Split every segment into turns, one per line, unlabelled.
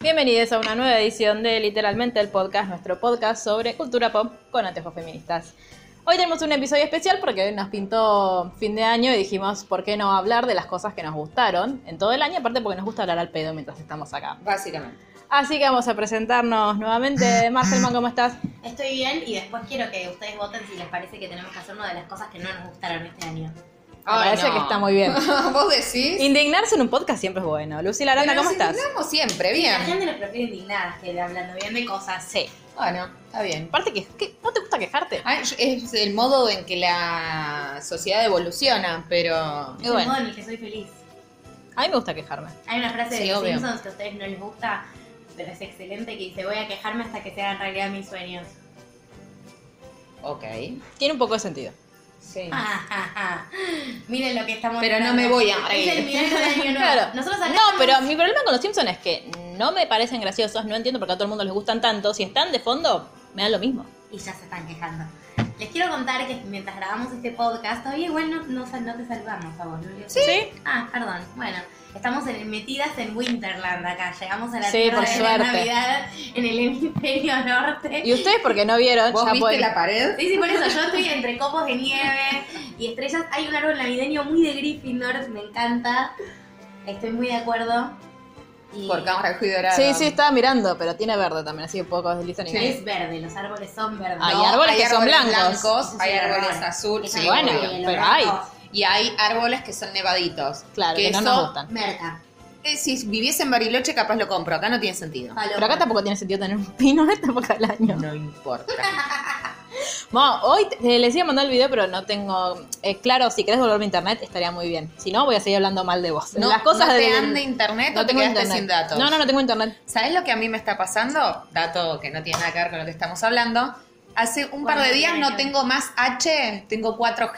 Bienvenidos a una nueva edición de Literalmente el Podcast, nuestro podcast sobre cultura pop con anteojos feministas. Hoy tenemos un episodio especial porque hoy nos pintó fin de año y dijimos, ¿por qué no hablar de las cosas que nos gustaron en todo el año? Aparte porque nos gusta hablar al pedo mientras estamos acá.
Básicamente.
Así que vamos a presentarnos nuevamente. Marcelman, ¿cómo estás?
Estoy bien y después quiero que ustedes voten si les parece que tenemos que hacer una de las cosas que no nos gustaron este año.
Me parece que está muy bien.
Vos decís.
Indignarse en un podcast siempre es bueno. Lucila Aranda,
pero
¿cómo
nos
estás?
indignamos siempre,
La
bien.
gente nos prefiere indignadas que hablando bien de cosas. Sí.
Bueno, está bien.
Aparte, que, que- ¿no te gusta quejarte?
Ah, yo- Es el modo en que la sociedad evoluciona, pero.
Es el
bueno.
modo en el que soy feliz.
A mí me gusta quejarme.
Hay una frase
Sí,
de los
obvio.
Simpsons que a ustedes no les gusta, pero es excelente, que dice voy a quejarme hasta que se hagan realidad mis sueños.
Ok.
Tiene un poco de sentido.
Sí.
Ah, ah, ah. Miren lo que estamos
Pero no
logrando.
me voy a
Es
reír.
el milagro del año nuevo.
Claro.
Nosotros acá
No,
estamos-
pero mi problema con los Simpsons es que no me parecen graciosos, no entiendo por qué a todo el mundo les gustan tanto. Si están de fondo, me dan lo mismo.
Y ya se están quejando. Les quiero contar que mientras grabamos este podcast, todavía igual no, no, sal- no te saludamos a vos, Lulio.
Sí.
Ah, perdón. Bueno, estamos en- metidas en Winterland acá. Llegamos a la
Sí,
tierra
por
de la
suerte.
Navidad en el hemisferio norte.
Y ustedes porque no vieron,
¿Vos
ya
viste
pueden-
la pared?
Sí, sí, por eso yo estoy entre copos de nieve y estrellas. Hay un árbol navideño muy de Gryffindor, me encanta. Estoy muy de acuerdo. Y
Por cámara cuidado.
Sí, sí, estaba mirando, pero tiene verde también, así que poco deslizan
Sí.
es verde, los árboles son verdes.
Hay árboles que son blancos.
Sí,
hay
sí,
árboles
verdad.
azules,
Eso
sí,
es
bueno,
obvio,
obvio.
los
pero hay.
blancos,
Y hay árboles que son nevaditos.
Claro, que no
eso-
nos gustan.
Merca.
eh, si viviese en Bariloche, capaz lo compro. Acá no tiene sentido.
paloma.
Pero acá tampoco tiene sentido tener un pino en esta época del año.
No importa.
Bueno, hoy te- eh, les iba a mandar el video, pero no tengo... eh, claro, si querés volverme a internet, estaría muy bien. Si no, voy a seguir hablando mal de vos.
No,
Las cosas
no te
del-
ande internet o te
tengo
quedaste
internet.
sin datos.
No, no, no tengo internet.
¿Sabes lo que a mí me está pasando? Dato que no tiene nada que ver con lo que estamos hablando. Hace un par
Bueno,
de
no
días
tiene
no
que-
tengo más H, tengo 4G.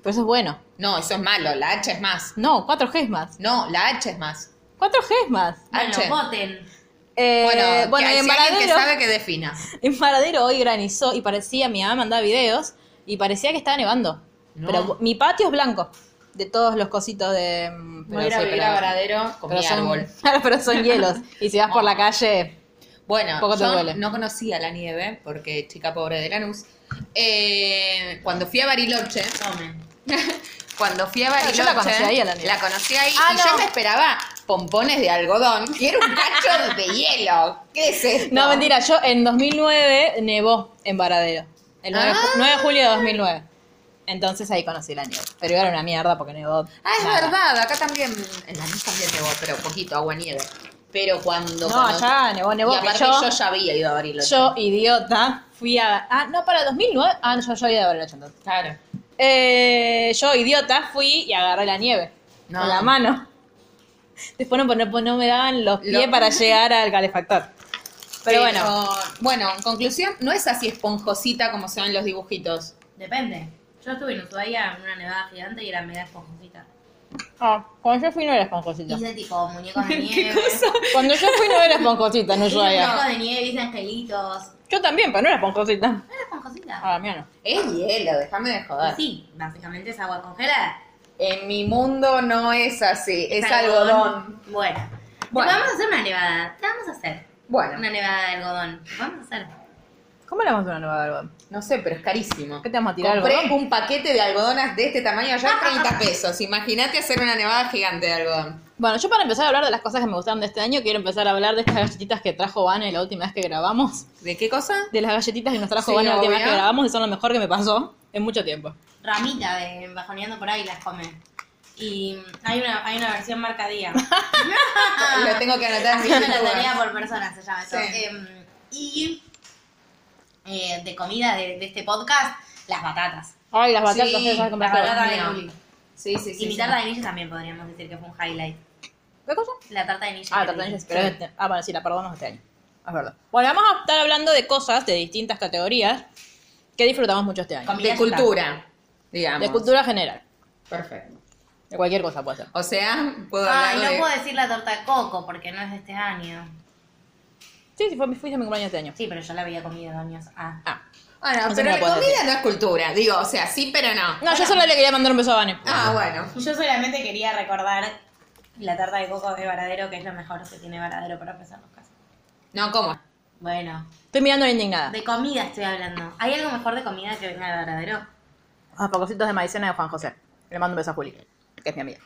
Pero eso es bueno.
No, eso es malo, la H es más.
No, 4G es más.
No, la H es más.
4G es más.
Bueno,
H.
Ah, voten.
Eh,
bueno,
bueno,
que-
y en
si alguien que
Varadero-
sabe que defina.
En Paradero hoy granizó y parecía, mi mamá mandaba videos y parecía que estaba nevando.
No.
Pero mi patio es blanco, de todos los cositos de... mm,
Voy a ir a
sí,
vivir a Varadero con
pero
mi
son,
árbol.
Claro, pero son hielos. Y si vas por la calle...
Bueno,
Poco te
yo
duele.
no conocía la nieve porque chica pobre de Lanús. Eh, cuando fui a Bariloche,
Tomen.
cuando fui a
Claro, Ah, yo
Bariloche,
la conocí ahí a la nieve.
la conocí ahí
Ah,
y
no.
yo me esperaba pompones de algodón y era un cacho de hielo. ¿Qué es esto?
No, mentira, yo en 2009 nevó en Varadero. El 9,
Ah.
9 de julio de 2009. Entonces ahí conocí la nieve. Pero era una mierda porque nevó.
Ah, es
nada.
verdad, acá también, en la luz también nevó, pero poquito, agua nieve. Pero cuando...
No,
cuando-
allá nevó,
Y
nevó. que
aparte yo, ya había ido a Bariloche.
yo, idiota, fui a... Ah, no, para 2009. Ah, no, yo, yo había de Bariloche entonces.
Claro.
Eh, yo, idiota, fui y agarré la nieve
No.
con la mano. Después no, pues no- no me daban los pies
Lo-
para llegar al calefactor. Pero, bueno,
Bueno, en conclusión, no es así esponjosita como se ven los dibujitos.
Depende. Yo estuve en Ushuaia en una nevada gigante y era mega esponjosita.
ah, cuando yo fui no era esponjosita.
Hice tipo muñecos de nieve. ¿Qué cosa?
Cuando yo fui no era esponjosita, no yo allá.
Muñecos de nieve, hice angelitos.
Yo también, pero no era esponjosita.
No era esponjosita.
Ah, mía no.
Es hielo, déjame de joder.
Sí, básicamente es agua congelada.
En mi mundo no es así, es,
algodón.
algodón.
Bueno.
Bueno.
Vamos a hacer una nevada. Te vamos a hacer
Bueno,
una nevada de algodón. Vamos a hacer.
¿Cómo le vamos a una nueva de algodón?
no sé, pero es carísimo.
¿Qué te vamos a tirar
Compré
algodón?
un paquete de algodonas de este tamaño allá 30 pesos. Imagínate hacer una nevada gigante de algodón.
Bueno, yo para empezar a hablar de las cosas que me gustaron de este año, quiero empezar a hablar de estas galletitas que trajo Vane la última vez que grabamos.
¿De qué cosa?
De las galletitas que nos trajo
Sí,
Vane la última vez que
obvio.
grabamos, que son lo mejor que me pasó en mucho tiempo.
Ramita de bajoneando por ahí las come. Y hay una, hay una versión marcadía.
Ah,
Lo tengo que anotar en mi
Haciendo la
youtuber.
tarea por persona se llama eso.
Sí.
Em, y Em, eh, de comida de, de este podcast, las batatas.
Ay, las batatas
Sí,
esas con
Las
pescado.
batatas de
mío.
Luli.
Sí, sí, sí.
y mi
sí.
tarta de anillo también podríamos decir que fue un highlight.
¿Qué cosa?
La tarta de anillo.
Ah,
que
tarta de
le-
anillos, pero este- Ah, bueno, sí, la perdonamos este año. Es verdad. Bueno, vamos a estar hablando de cosas de distintas categorías que disfrutamos mucho este año.
Comida
De cultura, digamos.
De cultura general.
Perfecto.
De cualquier cosa puede ser.
O sea, puedo hablar
Ay,
de...
no puedo decir la torta de coco porque no es de este año.
Sí, sí, fue, fuiste a mi cumpleaños este año.
Sí, pero yo la había comido años. Ah.
Ah.
Bueno,
O sea,
pero
no
la
puedo
comida
decir.
no es cultura. Digo, o sea, sí, pero no.
No, yo solo le quería mandar un beso a Vane.
Ah, bueno.
Yo solamente quería recordar la tarta de coco de Varadero, que es lo mejor que tiene Varadero para empezar los casos.
No, ¿cómo?
Bueno,
Estoy mirando la indignada.
de comida estoy hablando. ¿Hay algo mejor de comida que venga de Varadero?
A pocositos de maicena de Juan José. Le mando un beso a Juli, que es mi amiga.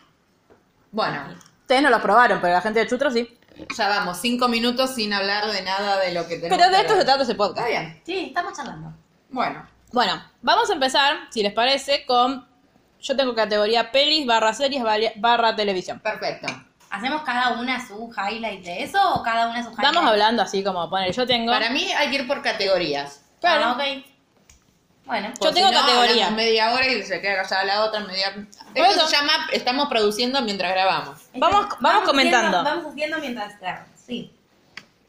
Bueno,
Ustedes no los probaron, pero la gente de Chutro sí.
ya vamos. Cinco minutos sin hablar de nada de lo que tenemos.
Pero de
que
esto se
hablar.
trata ese
Está
podcast.
bien.
Sí, estamos charlando.
Bueno.
Bueno, vamos a empezar, si les parece, con... Yo tengo categoría pelis, barra series, barra- barra televisión.
Perfecto.
¿Hacemos cada una su highlight de eso o cada una su highlight?
Estamos hablando así como, poner, yo tengo...
Para mí hay que ir por categorías.
Claro.
Ah, ok. Bueno. pues,
Yo tengo
no,
categoría.
hablamos media hora y se queda callada la otra media. Esto
eso.
se llama estamos produciendo mientras grabamos.
Vamos- vamos comentando.
haciendo- este, vamos haciendo mientras grabamos. Sí.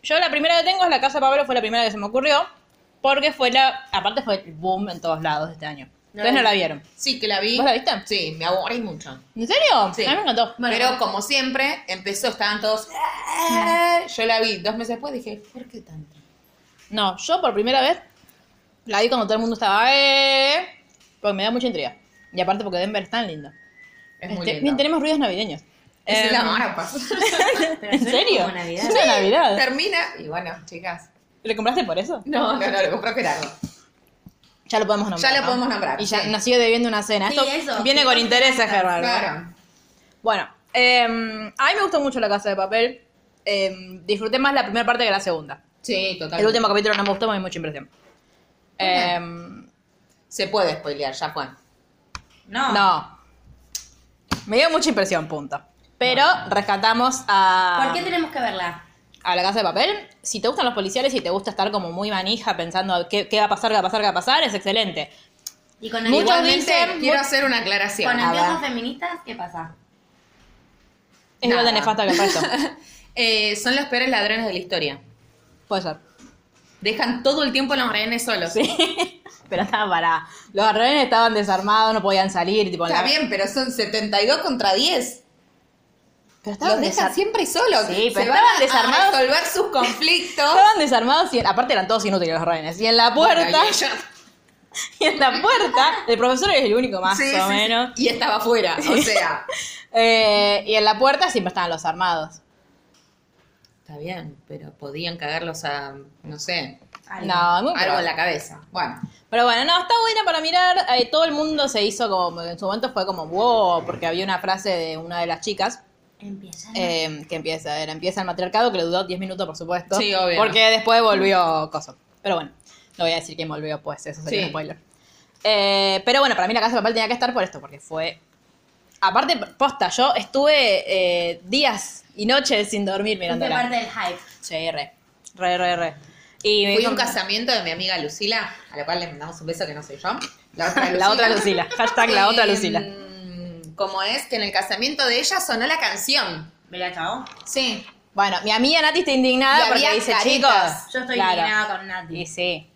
Yo la primera que tengo es La Casa de Pablo, fue la primera que se me ocurrió, porque fue la... Aparte fue el boom en todos lados este año. Ustedes no la vieron.
Sí, que la vi.
¿Vos la viste?
Sí, me aburrí mucho.
¿En serio?
Sí.
A mí me encantó.
Pero como siempre, empezó, estaban todos. "Eh". Yo la vi dos meses después dije, ¿por qué tanto?
No, yo por primera vez la vi cuando todo el mundo estaba... Eh, porque me da mucha intriga. Y aparte porque Denver es tan lindo.
Es muy
Este,
lindo.
Bien, tenemos ruidos navideños.
Es
Em,
la mara
Pero
¿En
suena
serio?
como Navidad.
Es una Navidad.
Termina y bueno, chicas.
¿Le compraste por eso?
No, no, no, lo compró Gerardo.
Ya lo podemos nombrar.
Ya lo
¿no?
podemos nombrar,
Y ya
sí.
nos sigue debiendo una cena.
Sí,
Esto
eso.
viene
Sí,
con
no,
intereses,
claro.
Gerardo.
Claro.
Bueno, eh, a mí me gustó mucho la casa de papel. Eh, disfruté más la primera parte que la segunda.
Sí, totalmente.
El último capítulo no me gustó, me dio mucha impresión. Eh,
Se puede spoilear, ya fue.
No.
no. Me dio mucha impresión, punto. Pero rescatamos a.
¿Por qué tenemos que verla?
a la casa de papel, si te gustan los policiales y te gusta estar como muy manija pensando qué, qué va a pasar, qué va a pasar, qué va a pasar, es excelente.
Y con
Muchos
Igualmente,
dicen-
quiero
mu-
hacer una aclaración.
Con
A
anteojos
ver.
feministas, ¿qué pasa?
Es igual de
Nada.
nefasta que el resto.
Eh, son los peores ladrones de la historia.
Puede ser.
Dejan todo el tiempo a los rehenes solos.
Pero estaba para. Los rehenes estaban desarmados, no podían salir. Tipo,
Está
la-
bien, pero son 72 contra 10.
Pero estaban,
Los dejan
desar-
siempre solos.
Sí, pero
Se van
estaban
a-
desarmados.
A resolver sus conflictos.
estaban desarmados y aparte eran todos inútiles los rehenes. Y en la puerta,
Bueno, y ella-
y en la puerta, el profesor es el único más
Sí, sí,
o
sí.
menos.
Y estaba afuera, o sea.
Eh, y en la puerta siempre estaban los armados.
Está bien, pero podían cagarlos a, no sé,
Algo.
No, muy
algo en
probable.
la cabeza. Bueno,
Pero bueno, no, está buena para mirar. Eh, todo el mundo se hizo como, en su momento fue como, wow, porque había una frase de una de las chicas
Empieza.
eh, que empieza, era, empieza el matriarcado, que le duró 10 minutos, por supuesto.
Sí, obvio.
Porque después volvió Coso. Pero bueno, no voy a decir quién volvió, pues eso sería
Sí.
un spoiler. Eh, pero bueno, para mí la casa de papel tenía que estar por esto, porque fue... Aparte, posta, yo estuve eh, días y noches sin dormir
Fuiste
mirándola.
parte del hype.
Sí, re, re, re, re. Y me
fui
dijo-
a un casamiento de mi amiga Lucila, a la cual le mandamos un beso que no sé yo. La otra
La otra Lucila. Hashtag la otra
Eh,
Lucila.
Como es que en el casamiento de ella sonó la canción.
Mira, chao.
Sí.
Bueno, mi amiga Nati está
Y
indignada
había
porque dice,
caretas.
chicos.
Yo estoy
claro.
indignada con Nati.
Y sí.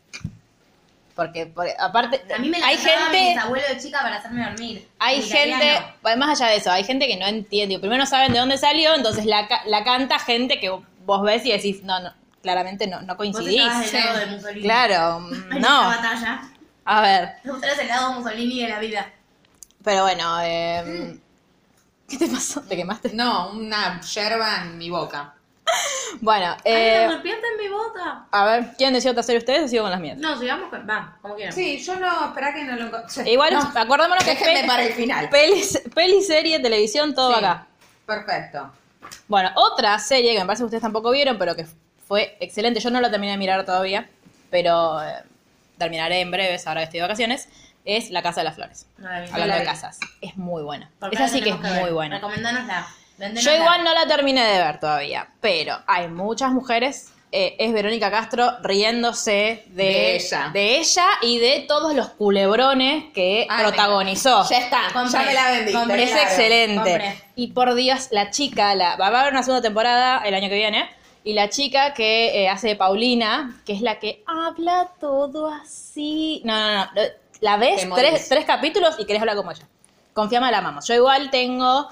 Porque, porque aparte,
A mí me la
hay
cantaban mis
gente.
abuelos de chica para hacerme dormir.
Hay
En
gente,
italiano.
bueno, más allá de eso, hay gente que no entiende. Digo, Primero no saben de dónde salió, entonces la, ca- la canta gente que vos ves y decís, no, no, claramente no, no
Vos
coincidís.
estabas del lado
Sí.
de Mussolini.
Claro, mm,
En esta
no.
batalla.
A ver,
Vos eras el lado Mussolini de la vida.
pero bueno,
Mm.
eh, ¿qué te pasó? ¿Te quemaste?
No, una yerba en mi boca.
Bueno,
Ay,
eh,
la serpiente en mi bota.
a ver, ¿quieren decir otra serie ustedes o sigo con las mías?
No, sigamos con. Va, como quieran.
Sí, yo no, esperá que no lo encontré.
Igual, acordémonos que
Déjenme
pe-
para el final.
Pelis, peli, serie, televisión, todo
Sí.
acá.
Perfecto.
Bueno, otra serie que me parece que ustedes tampoco vieron, pero que fue excelente. Yo no la terminé de mirar todavía, pero eh, terminaré en breves, ahora que estoy de vacaciones. Es La Casa de las Flores.
No la vi.
Hablando
No la
de
vi.
casas. Es muy buena.
Porque
Esa
la
sí que es
tenemos ver.
muy buena.
Recomendanosla. Vendenosla.
Yo igual no la terminé de ver todavía, pero hay muchas mujeres eh, es Verónica Castro riéndose de,
De ella.
de ella y de todos los culebrones que
Ay, me
protagonizó.
Ya está,
Compré,
ya me la vendiste.
compré,
es
claro,
excelente.
compré.
Y por Dios, la chica, la, va a haber una segunda temporada el año que viene. Y la chica que eh, hace de Paulina, que es la que habla todo así. No, no, no. La ves
Te morís.
tres, tres capítulos y querés hablar como ella. Confiame, la amamos. Yo igual tengo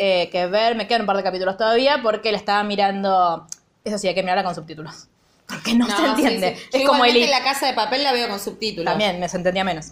eh, que ver, me quedan un par de capítulos todavía porque la estaba mirando. Eso sí, hay que mirarla con subtítulos. Porque no, se entiende.
sí, sí. Yo
Es como
igualmente
Elite.
la casa de papel la veo con subtítulos.
También, me se entendía menos.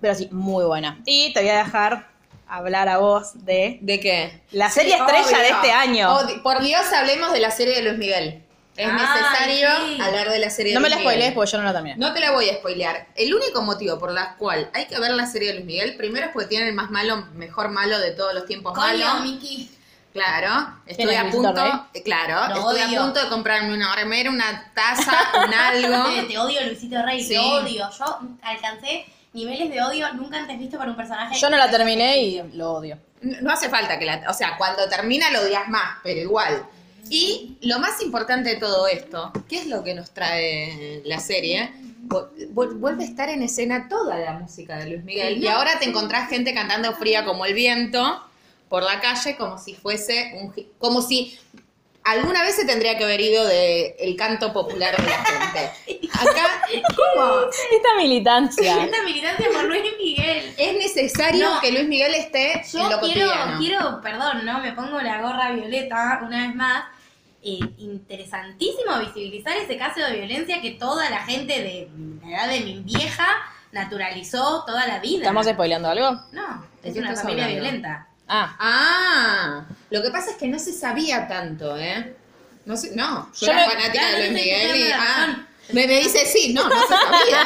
Pero sí, muy buena. Y te voy a dejar hablar a vos de
¿De qué?
la serie estrella de
Obvio.
este año.
Obvio. por Dios, hablemos de la serie de Luis Miguel. Es
Ay,
necesario
sí.
hablar de la serie
No
de
me
Luis
la
Miguel.
spoilees pues. porque yo no la terminé.
No te la voy a spoilear. El único motivo por el cual hay que ver la serie de Luis Miguel, primero es porque tiene el más malo, mejor malo de todos los tiempos
Coño,
malos.
Miki.
Claro,
¿Quién
estoy
es
a
Luisito
punto, claro,
Lo
estoy
odio.
a punto de comprarme una remera, una taza, un
Te,
algo.
te odio, Luisito Rey,
Sí.
te odio. Yo alcancé niveles de odio nunca antes visto para un personaje.
Yo no la terminé y lo odio.
No hace falta que la, o sea, cuando termina lo odias más, pero igual. Y lo más importante de todo esto, ¿qué es lo que nos trae la serie? Vu- vu- Vuelve a estar en escena toda la música de Luis Miguel. Y ahora te encontrás gente cantando fría como el viento por la calle, como si fuese un. hi- como si alguna vez se tendría que haber ido del canto popular de la gente. Acá
Esta militancia.
Esta militancia por Luis Miguel.
es necesario
No.
que Luis Miguel esté en
Yo
lo
quiero,
cotidiano.
quiero, perdón, ¿no? Me pongo la gorra violeta una vez más. Eh, interesantísimo visibilizar ese caso de violencia que toda la gente de la edad de mi vieja naturalizó toda la vida.
¿Estamos spoileando algo?
No,
¿De
es
qué
una
estás
familia
hablando?
violenta.
Ah.
Ah, lo que pasa es que no se sabía tanto, ¿eh? No, sé, no yo,
Yo
era
me-
fanática de
Claro,
Luis
no sé,
Miguel y...
tenés
Ah,
razón.
me, me dice sí, no, no se sabía.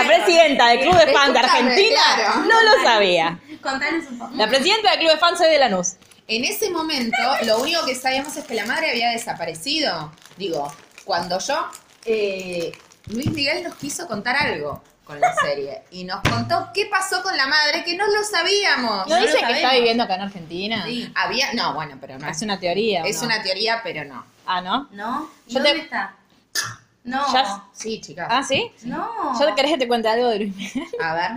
La presidenta del Club de Fans de
Escúchame,
Argentina
claro.
no lo sabía.
Contanos un poco.
La presidenta del Club de Fans es de Lanús.
En ese momento, lo único que sabíamos es que la madre había desaparecido. Digo, cuando yo... eh, Luis Miguel nos quiso contar algo con la serie. Y nos contó qué pasó con la madre, que no lo sabíamos.
¿No,
lo
dice que
sabemos.
está viviendo acá en Argentina?
Sí.
Había... No, bueno, pero no.
Es una teoría. ¿o
es
no?
una teoría, pero no.
Ah, ¿no?
¿No?
Yo
¿Dónde
te-
está? No.
Ya-
Sí, chicas.
Ah, ¿sí?
No.
¿Yo querés que te cuente algo de Luis Miguel?
A ver.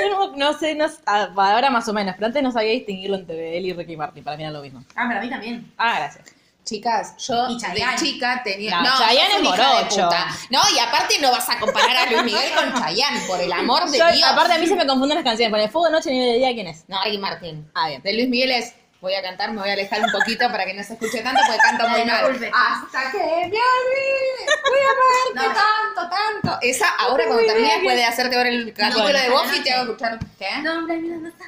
Yo no, no sé, no, s- ah, ahora más o menos, pero antes no sabía distinguirlo entre él y Ricky Martin, para mí era lo mismo.
Ah, para mí también.
Ah, gracias.
Chicas, yo
Y
de
Chayanne.
chica tenía.
No, Chayanne es
sos una hija de
morocho.
puta. No, y aparte no vas a comparar a Luis Miguel con Chayanne, por el amor de
Yo,
Dios.
aparte a mí se me confunden las canciones, porque Fuego de Noche ni de Día, ¿quién es?
No, Ricky Martín.
Ah, bien.
De Luis Miguel es. Voy a cantar, me voy a alejar un poquito para que no se escuche tanto porque canto muy
Ay, no,
mal.
golpe.
Hasta que me olvide, voy a amarte tanto, tanto. Esa ahora cuando termines puede hacerte ver el capítulo
bueno,
de vos y
anoche.
te hago escuchar. ¿Qué?
No, hombre, mira, no está.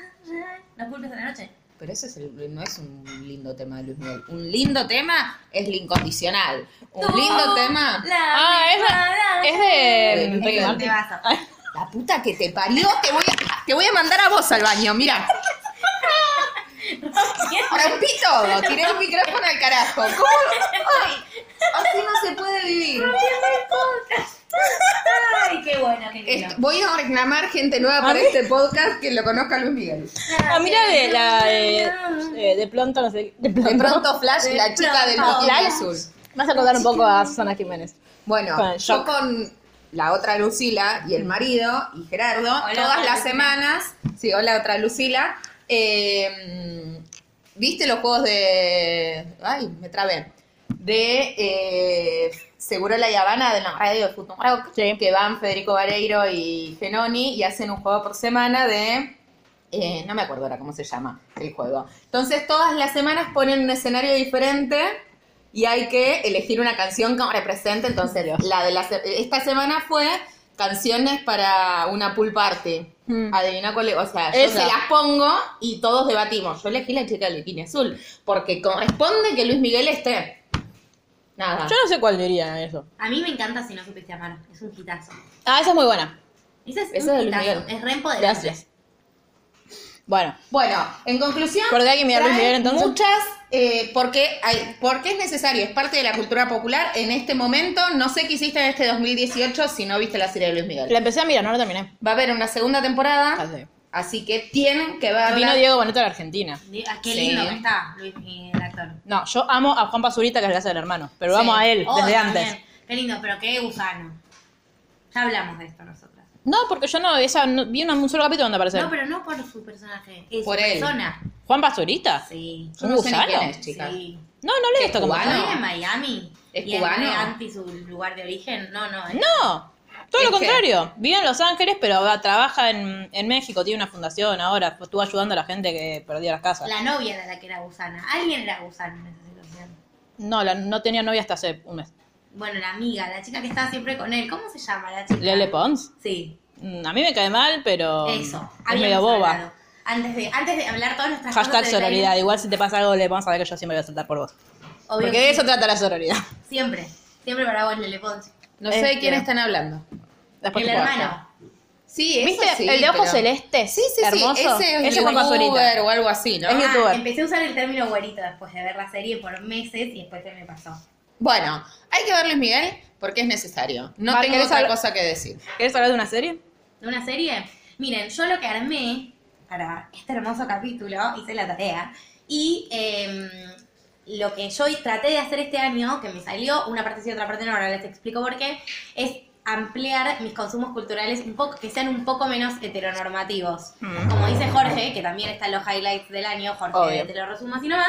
No culpes a la noche.
Pero ese es el- no es un lindo tema de Luis Miguel. Un lindo tema es el incondicional. Un
Tú,
lindo tema.
la
Ah, es
misma
de, es de
De
Ricky
Ricky
Martin.
Martin.
Ay,
La puta que te parió, te voy a, te voy a mandar a vos al baño, mira. Rompí todo, tiré el micrófono al carajo. ¿Cómo? Ay, así no se puede vivir.
Ay, qué bueno, qué lindo.
Est- voy a reclamar gente nueva por este podcast que lo conozca Luis Miguel.
Ah, mira de la de, eh, de pronto, no sé, de pronto.
De pronto Flash, la chica del
pronto.
bikini azul.
Me vas a acordar un poco a Susana Jiménez.
Bueno,
Con el
yo
shock. Mm.
con la otra Lucila y el marido y Gerardo, todas
otra
las
Lucila.
semanas, sí, hola otra Lucila, eh, ¿viste los juegos de... Ay, me trabé. De eh, Seguro La Habana de la radio de Fútbol Rock,
Sí.
que van Federico Vareiro y Genoni y hacen un juego por semana de... eh, no me acuerdo ahora cómo se llama el juego. Entonces todas las semanas ponen un escenario diferente y hay que elegir una canción que represente. Entonces, la de la se- esta semana fue canciones para una pool party.
Mm.
Adivina cuál es, o sea, yo
Esa.
se las pongo y todos debatimos. Yo elegí la chica del bikini azul, porque corresponde que Luis Miguel esté. Nada.
Yo no sé cuál diría eso.
A mí me encanta si no supiste amar. Es un hitazo.
Ah, esa es muy buena.
Ese es
Eso
un
es de Luis
hitazo.
Miguel.
Es re empoderante.
Gracias. Bueno,
Bueno, en conclusión,
¿por qué hay que mirar a Luis
trae
Miguel entonces?
muchas, eh, porque, hay, porque es necesario, es parte de la cultura popular en este momento. No sé qué hiciste en este 2018 si no viste la serie de Luis Miguel.
La empecé a mirar, no la terminé.
Va a haber una segunda temporada.
Ah, sí.
Así que tienen que verla.
Vino Diego Boneta de la Argentina.
Di- ah, qué
Sí.
lindo que está Luis, eh, el actor.
No, yo amo a Juan Pazurita, que es el que hace del hermano, pero
Sí.
amo a él
Oh,
desde
también.
antes.
Qué lindo, pero qué gusano. Ya hablamos de esto nosotras.
No, porque yo no, ella no- vi una- un solo capítulo donde aparece.
No,
él.
pero no por su personaje. Es
Por
su
él.
persona.
¿Juan Pazurita?
Sí.
Yo
¿Un
no sé ni
gusano?
quién es, chicas.
Sí.
No, Ah, no le esto como
cubano?
¿No
tal.
vive en Miami?
¿Es
¿Y
cubano?
re anti su lugar de origen? No, no. eh. es-
No, todo lo
Es que-
contrario. Vive en Los Ángeles, pero va- trabaja en, en México, tiene una fundación ahora, estuvo ayudando a la gente que perdía las casas.
La novia era la que era gusana. Alguien era gusano en esa situación.
No, la- no tenía novia hasta hace un mes.
Bueno, la amiga, la chica que estaba siempre con él. ¿Cómo se llama la chica?
Lele Pons.
Sí,
Mm, A mí me cae mal, pero
Ah. eso.
es
Habíamos
medio boba.
hablado. Antes de, antes de hablar todas nuestras
Hashtag
cosas. de Taylor,
sororidad. Igual si te pasa algo, le vamos a ver que yo siempre voy a saltar por vos.
obvio
Porque
que
de eso trata la sororidad.
Siempre. Siempre para vos, Lele Pons.
No sé de
Este.
quién están hablando.
Después
El
te puedo
hermano.
Sí, eso
¿Viste?
sí,
el de ojos
pero-
celestes.
Sí, sí,
hermoso.
sí. Ese es
Ese Juan Pazurita.
youtuber o algo así, ¿no?
Es
Ah,
youtuber.
empecé a usar el término güerito después de ver la serie por meses y después se me pasó.
Bueno, hay que ver Luis Miguel porque es necesario. No
Vale,
tengo
¿querés
otra
hablar-
cosa que decir.
¿Querés hablar de una serie?
¿De una serie? Miren, yo lo que armé para este hermoso capítulo, hice la tarea, y em, lo que yo traté de hacer este año, que me salió una parte sí, otra parte no, ahora les explico por qué, es ampliar mis consumos culturales un poco, que sean un poco menos heteronormativos. Como dice Jorge, que también están los highlights del año, Jorge,
Mm. Obvio.
te lo resumo así nomás.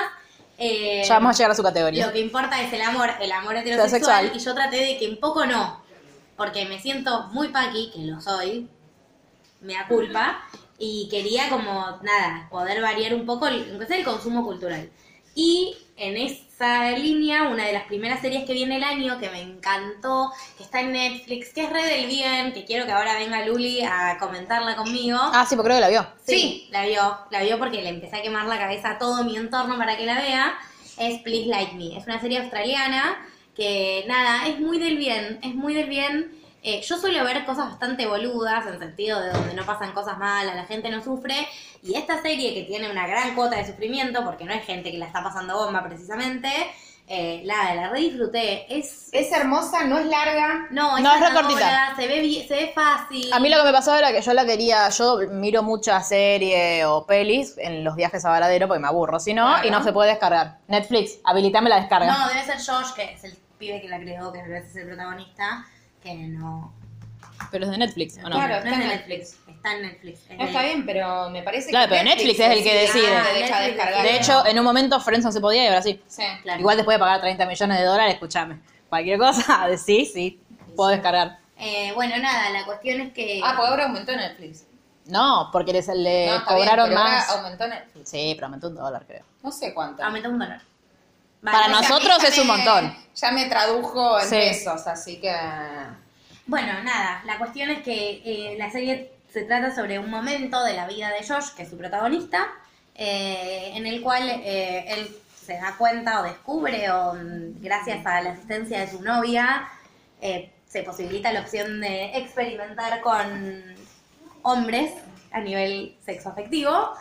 eh,
Ya vamos a llegar a su categoría.
lo que importa es el amor, el amor heterosexual.
Heterosexual.
Y yo traté de que un poco no, porque me siento muy paqui, que lo soy, me da culpa, y quería como, nada, poder variar un poco, el- aunque sea el consumo cultural. Y en esa línea, una de las primeras series que viene el año, que me encantó, que está en Netflix, que es Red del Bien, que quiero que ahora venga Luli a comentarla conmigo.
Ah, sí, porque creo que la vio.
Sí, la vio, la vio porque le empecé a quemar la cabeza a todo mi entorno para que la vea. Es Please Like Me. Es una serie australiana que, nada, es muy del bien, es muy del bien. Eh, yo suelo ver cosas bastante boludas, en sentido de donde no pasan cosas malas, la gente no sufre. Y esta serie, que tiene una gran cuota de sufrimiento, porque no es gente que la está pasando bomba precisamente, eh, la, la re disfruté. Es.
Es hermosa, no es larga.
No, es,
No, es re
sanadora,
cortita.
se ve, bien- se ve fácil.
A mí lo que me pasó era que yo la quería, yo miro muchas series o pelis en los viajes a Varadero porque me aburro, si no,
Claro.
y no se puede descargar. Netflix, habilitame la descarga.
No, debe ser Josh, que es el pibe que la creó, que es el protagonista, que no...
Pero es de Netflix, ¿o no?
Claro.
no es de Netflix. Está en Netflix. es de-
No está bien, pero me parece
Claro,
que.
pero Netflix es el que
decide.
decide.
Ah, deja
Netflix
descargar.
decide.
De hecho, en un momento Friends no se podía y ahora sí.
Sí.
Claro.
Igual después de pagar 30 millones de dólares, escúchame. Cualquier cosa, de sí, sí, puedo descargar.
Eh, bueno, nada, la cuestión es que...
Ah, pues ahora aumentó Netflix.
No, porque les, le
no, está bien,
eh, cobraron
pero ahora
más.
aumentó Netflix.
Sí, pero aumentó un dólar, creo.
No sé cuánto.
Aumentó un dólar. Vale, pues
Para
o sea,
a mí
nosotros
ya
es un
me-
montón.
Ya me tradujo en
Sí.
pesos, así que.
Bueno, nada, la cuestión es que eh, la serie se trata sobre un momento de la vida de Josh, que es su protagonista, eh, en el cual eh, él se da cuenta o descubre, o mm, gracias a la asistencia de su novia, eh, se posibilita la opción de experimentar con hombres a nivel sexo afectivo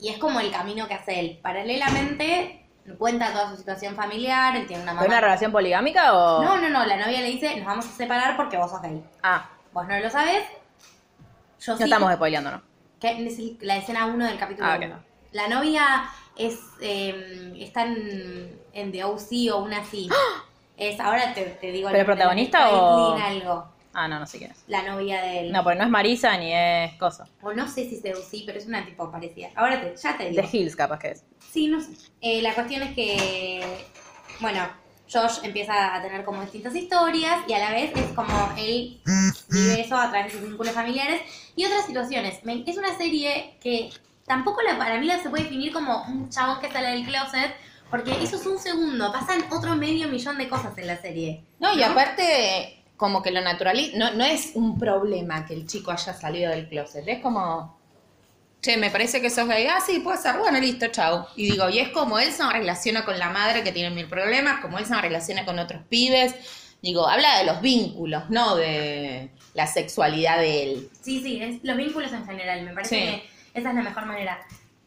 y es como el camino que hace él. Paralelamente, cuenta toda su situación familiar, él tiene una
¿Fue una
mamá.
relación poligámica o.?
Ah, No, no, no, la novia le dice, nos vamos a separar porque vos sos gay.
Ah,
Vos no lo sabés. Yo
no
sí.
estamos spoileando, ¿no?
Que es el- la escena 1 del capítulo
Ah,
1.
ok.
La novia es eh, está en, en The OC o una así. Es, ahora te, te digo. el
¡Ah! ¿Pero
nombre,
protagonista o-
Caitlyn algo.
Ah, no, no sé quién es.
La novia del...
No, pues. porque no es Marisa ni es Cosa.
O no sé si es The OC, pero es una tipo parecida. Ahora te, ya te digo.
The Hills, capaz que es.
Sí, no sé. Eh, la cuestión es que, bueno, Josh empieza a tener como distintas historias y a la vez es como él vive eso a través de sus vínculos familiares y otras situaciones. Me- es una serie que tampoco la, para mí la se puede definir como un chabón que sale del closet, porque eso es un segundo, pasan otro medio millón de cosas en la serie.
No, y aparte, como que lo naturaliza, no, no es un problema que el chico haya salido del closet, es como, che, me parece que sos gay, ah, sí, puede ser, bueno, listo, chau. Y digo, y es como él se relaciona con la madre que tiene mil problemas, como él se relaciona con otros pibes, digo, habla de los vínculos, no de la sexualidad de él.
Sí, sí, es los vínculos en general, me parece
Sí.
que esa es la mejor manera.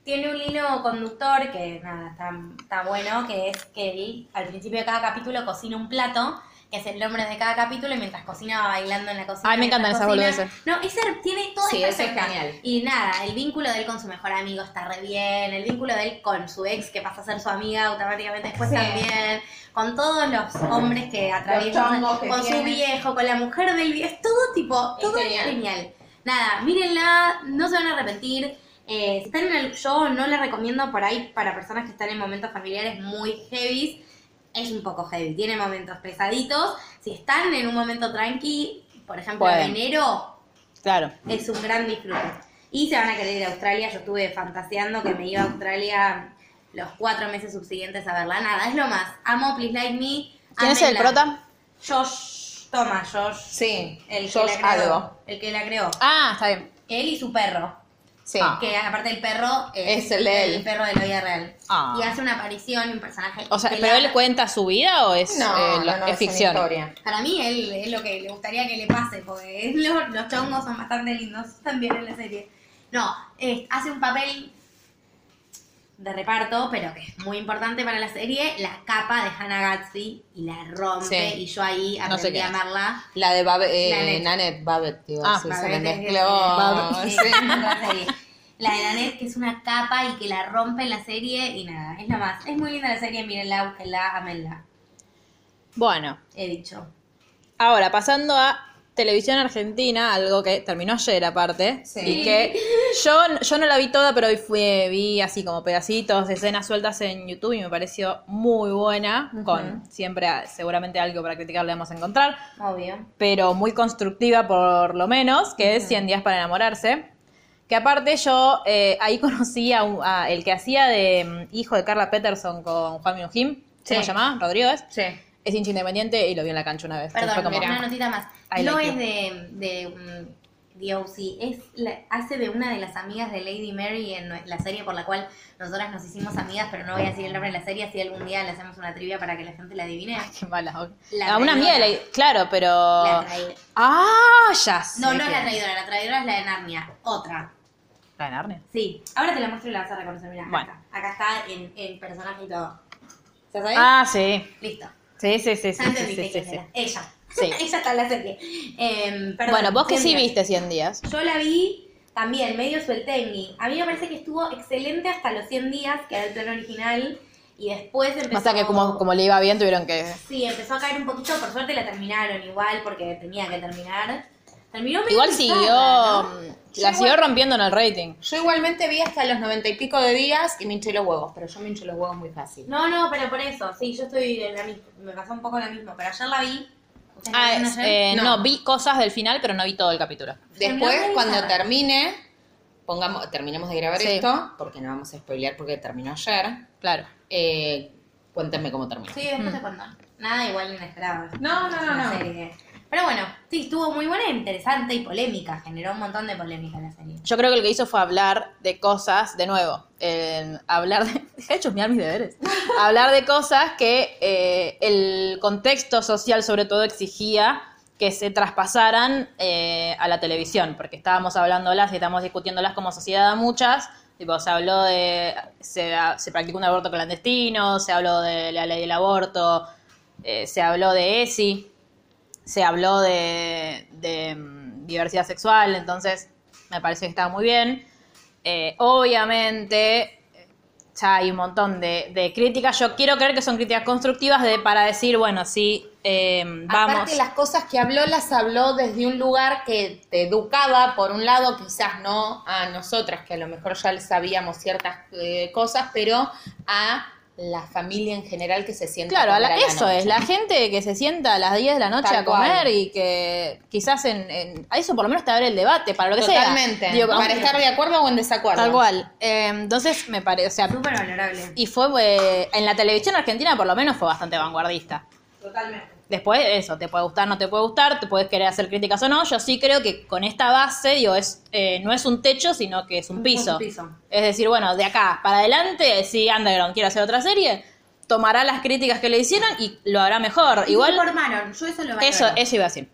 Tiene un hilo conductor que, nada, está, está bueno, que es que él al principio de cada capítulo cocina un plato que es el nombre de cada capítulo, y mientras cocinaba bailando en la cocina.
Ay, me encantan
mientras
esas
cocina. No, esa tiene todo
Sí, eso es
perfecta.
genial.
Y nada, el vínculo de él con su mejor amigo está re bien, el vínculo de él con su ex, que pasa a ser su amiga automáticamente después
Sí.
también, con todos los hombres que atraviesan,
chongos que
con su
tiene.
viejo, con la mujer del viejo, es todo tipo,
Es
todo es
genial.
genial. Nada, mírenla, no se van a arrepentir. Eh, si están en el- yo no la recomiendo por ahí para personas que están en momentos familiares muy heavy. Es un poco heavy, tiene momentos pesaditos. Si están en un momento tranqui, por ejemplo en
Pueden.
enero,
Claro.
es un gran disfrute. Y se van a querer ir a Australia. Yo estuve fantaseando que me iba a Australia los cuatro meses subsiguientes a verla. Nada, es lo más. Amo Please Like Me.
¿Quién es el
ámenla.
prota?
Josh. Toma, Josh.
Sí,
El que
Josh
la creó.
algo.
El que la creó.
Ah, está bien.
Él y su perro.
Sí.
Que aparte el perro
Ah. Es el de él.
El perro de la vida real.
Ah.
Y hace una aparición, un personaje.
O sea, ¿pero
estelar.
él cuenta su vida o es,
No,
eh,
no,
lo-
no,
es
una
ficción?
historia.
Para mí él es lo que le gustaría que le pase, porque lo- los chongos son bastante lindos también en la serie. No, es- hace un papel de reparto, pero que es muy importante para la serie, la capa de Hannah Gatsby y la rompe,
Sí.
y yo ahí
No sé
aprendí
qué
a
es.
amarla.
La de Babette,
Nanette.
Nanette Babette, digo,
Ah,
sí, se
Babette
me
es-
mezcló.
Babette
Sí.
es otra serie. La de Nanette, que es una capa y que la rompe en la serie, y nada, es la más. Es muy linda la serie, mírenla, búsquenla, amenla.
Bueno,
He dicho.
ahora pasando a Televisión Argentina, algo que terminó ayer aparte,
Sí.
y que yo, yo no la vi toda, pero hoy fui, vi así como pedacitos, de escenas sueltas en YouTube y me pareció muy buena, con siempre a- seguramente algo para criticar le vamos a encontrar,
Obvio.
pero muy constructiva por lo menos, que es 100 días para enamorarse. Que aparte yo eh, ahí conocí a, un- a el que hacía de mm, hijo de Carla Peterson con Juan Minujín, ¿cómo se llamaba? Rodríguez. Es hincha independiente y lo vi en la cancha una vez.
Perdón,
Fue como- "Ah,
una notita más.
I
no
like
es
you.
de, de um, The O.C., es la- hace de una de las amigas de Lady Mary en nue- la serie por la cual nosotras nos hicimos amigas, pero no voy a decir el nombre de la serie, así algún día le hacemos una trivia para que la gente la adivine.
Qué mala. ok.
La
a una amiga,
traidora.
le- claro, pero...
La traidora.
Ah, ya sé
No, no es
que-
la traidora, la traidora es la de Narnia, otra.
La de Narnia.
Sí, ahora te la muestro y la vas a reconocer, mirá, acá
Bueno.
está. acá está en, en personaje y todo. ¿Ya sabés?
Ah, sí.
Listo.
Sí, sí, sí, sí,
Ya
sí,
entendiste
sí, sí,
quién
sí.
era. Ella.
Sí.
Ella está en la serie. Em, perdón,
Bueno, vos que sí
Sandra.
viste 100 días.
Yo la vi también, medio sueltengui. A mí me parece que estuvo excelente hasta los 100 días, que era el plan original, y después empezó...
Más que como, como le iba bien tuvieron que...
Sí, empezó a caer un poquito, por suerte la terminaron igual, porque tenía que terminar. Terminó medio
Igual
bizarra,
siguió... mm,
¿no?
La
Sí,
siguió
igual-
rompiendo en el rating.
Yo igualmente vi hasta los noventa y pico de días y me hinché los huevos, pero yo me hinché los huevos muy fácil.
No, no, pero por eso, sí, yo estoy en la misma, me pasó un poco lo mismo, pero ayer la vi. ¿Ustedes la
Ah,
vieron
es,
ayer?
eh, no. vi cosas del final, pero no vi todo el capítulo.
Después,
No, no,
cuando
no.
termine, pongamos, terminemos de grabar
Sí.
esto, porque no vamos a spoilear porque terminó ayer.
Claro.
Eh, cuéntame cómo termina.
Sí,
Mm.
después te cuento. Nada igual inesperado.
No, no,
Es
no,
una
no.
serie. Pero bueno, sí, estuvo muy buena, interesante y polémica. Generó un montón de polémica la serie.
Yo creo que lo que hizo fue hablar de cosas, de nuevo, eh, hablar de... Deja de chusmear mis deberes. hablar de cosas que eh, el contexto social sobre todo exigía que se traspasaran eh, a la televisión, porque estábamos hablándolas y estábamos discutiéndolas como sociedad muchas. Tipo, se habló de... Se, se practicó un aborto clandestino, se habló de la ley del aborto, eh, se habló de ESI se habló de, de, mm, diversidad sexual, entonces me parece que estaba muy bien. Eh, obviamente, eh, ya hay un montón de, de críticas. Yo quiero creer que son críticas constructivas de, para decir, bueno, sí, eh, vamos.
Aparte, las cosas que habló, las habló desde un lugar que te educaba, por un lado, quizás no a nosotras, que a lo mejor ya le sabíamos ciertas eh, cosas, pero a la familia en general que se siente.
Claro, a la- eso es, la gente que se sienta a las 10 de la noche
Tal
a comer
cual.
y que quizás en, en- a eso por lo menos te abre el debate, para lo que
Totalmente.
sea. Digo,
para estar de acuerdo o en desacuerdo.
Tal cual. Eh, entonces, me parece, o sea,
Súper valorable.
Y fue, eh, en la televisión argentina por lo menos fue bastante vanguardista. Totalmente. Después, eso, te puede gustar, no te puede gustar, te puedes querer hacer críticas o no. Yo sí creo que con esta base, digo, es, eh, no es un techo, sino que es un piso.
Un piso.
Es decir, bueno, de acá para adelante, si Underground quiere hacer otra serie, tomará las críticas que le hicieron y lo hará mejor. Igual,
Se formaron, yo eso lo valoro.
eso, eso iba así.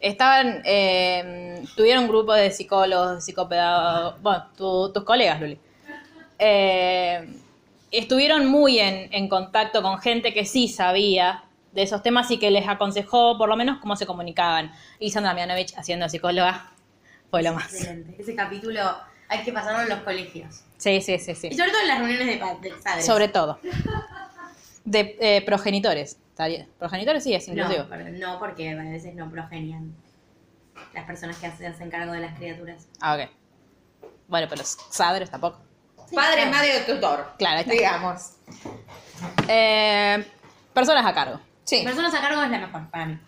Estaban, eh, tuvieron un grupo de psicólogos, psicopedagogos, bueno, tu- tus colegas, Luli. Em, Eh, estuvieron muy en, en contacto con gente que sí sabía de esos temas y que les aconsejó por lo menos cómo se comunicaban. Y Sandra Mianovich haciendo psicóloga fue lo más.
Excelente. Ese capítulo hay que pasarlo en los colegios.
Sí, sí, sí, sí.
Y sobre todo en las reuniones de padres, ¿sabes?
Sobre todo. De eh, progenitores. estaría- Progenitores sí es inclusivo.
no, perdón, no, porque a veces no progenian las personas que se hacen cargo de las criaturas.
Ah, ok. Bueno, pero sadres tampoco.
Padre, madre o tutor.
Claro, ahí está.
Digamos.
Eh, personas a cargo.
Sí.
Personas a cargo es la mejor para mí.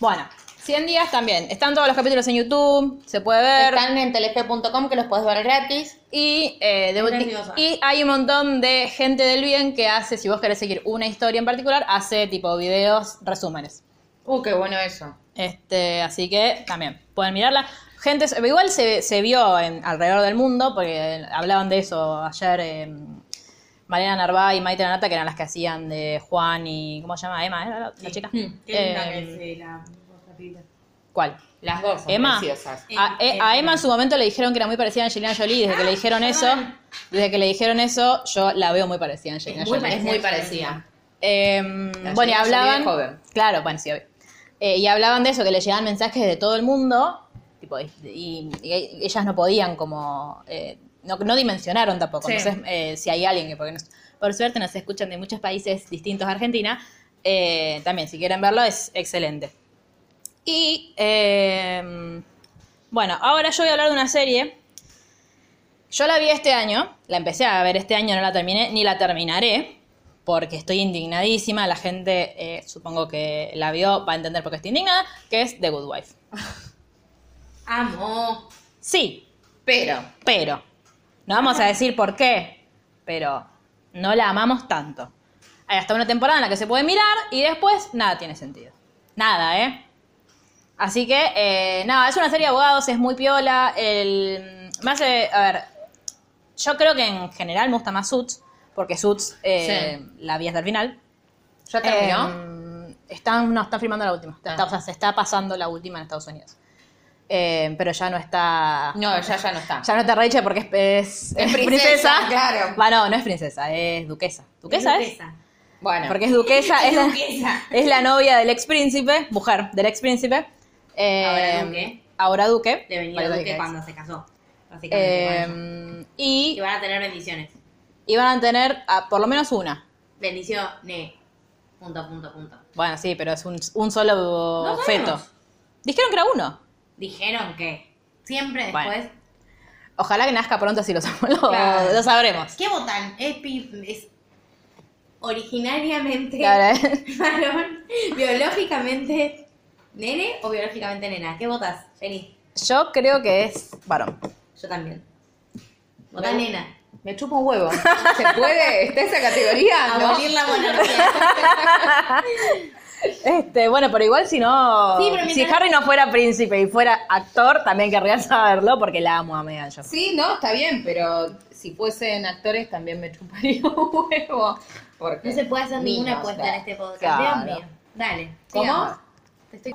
Bueno, 100 días también. Están todos los capítulos en YouTube, se puede ver.
Están en telefe.com que los puedes ver gratis.
Y, eh, de
Es
ulti-
graciosa.
y hay un montón de gente del bien que hace, si vos querés seguir una historia en particular, hace tipo videos, resúmenes.
Uh, qué bueno eso.
Este, así que también pueden mirarla. Gente, igual se, se vio en, alrededor del mundo, porque eh, hablaban de eso ayer eh, Mariana Narvá y Maite Lanata, que eran las que hacían de Juan y. ¿Cómo se llama? Emma, ¿era la, la chica?
mm,
Eh, ¿Cuál?
Las dos son
Emma.
preciosas.
A, eh, a Emma en su momento le dijeron que era muy parecida a Angelina Jolie, y desde que le dijeron eso, desde que le dijeron eso, yo la veo muy parecida a Angelina
Muy
Jolie.
pare- es muy parecida.
Eh, bueno, y
Angelina Jolie
hablaban.
es joven.
Claro, bueno, sí, obvio. Eh, y hablaban de eso, que le llegaban mensajes de todo el mundo, tipo, y, y- y ellas no podían como. eh, no, no dimensionaron tampoco.
Sí.
Entonces, eh, si hay alguien que, porque nos- por suerte nos escuchan de muchos países distintos a Argentina, eh, también, si quieren verlo, es excelente. Y eh, bueno, ahora yo voy a hablar de una serie. Yo la vi este año, la empecé a ver este año, no la terminé, ni la terminaré, porque estoy indignadísima. La gente, eh, supongo que la vio, va a entender por qué estoy indignada, que es The Good Wife.
Amo.
Sí,
Pero,
pero, no vamos a decir por qué, pero no la amamos tanto. Hay hasta una temporada en la que se puede mirar y después nada tiene sentido. Nada, ¿eh? Así que, eh, nada, es una serie de abogados, es muy piola. El, me hace, a ver, yo creo que en general me gusta más Suits, porque Suits eh, la vi hasta el final.
¿ya terminó? Ah.
Eh, están, no, están filmando la última. Está- está- o sea, se está pasando la última en Estados Unidos. Eh, pero ya no está...
no, ya, ya no está.
Ya no te reiche porque es, es,
Es
es
princesa,
princesa,
claro.
Va, no, no es princesa, es duquesa. ¿Duquesa es?
Bueno,
Porque es duquesa, es, la, es la novia del ex príncipe, mujer del ex príncipe. Eh,
Ahora duque.
Ahora duque.
De venir
Vale,
a
duque.
Duque cuando se casó. Básicamente. con eso.
Eh,
y
y,
van a tener bendiciones.
y van a tener ah, por lo menos una.
Bendiciones. Punto, punto, punto.
Bueno, sí, pero es un, un solo
No
feto.
sabemos.
Dijeron que era uno.
Dijeron que siempre
Bueno.
después.
Ojalá que nazca pronto si lo, lo-
Claro.
lo sabremos.
¿Qué votan? Es, pi- es originariamente
Claro, ¿eh?
varón, biológicamente nene o biológicamente nena. ¿Qué votas, Jenny?
Yo creo que es varón.
Yo también. Vota nena.
me chupa un huevo. ¿Se puede? ¿Está esa categoría? No.
Abolir la monarquía.
Este, bueno, pero igual si no.
Sí, pero
si
mientras-
Harry no fuera príncipe y fuera actor, también querría saberlo porque la amo a Meghan yo.
Sí, no, está bien, pero si fuesen actores también me chuparía un huevo. Porque
No se puede hacer ninguna
niños,
apuesta en
claro.
este podcast.
Claro.
Dios mío. Dale.
¿Cómo?
Te estoy-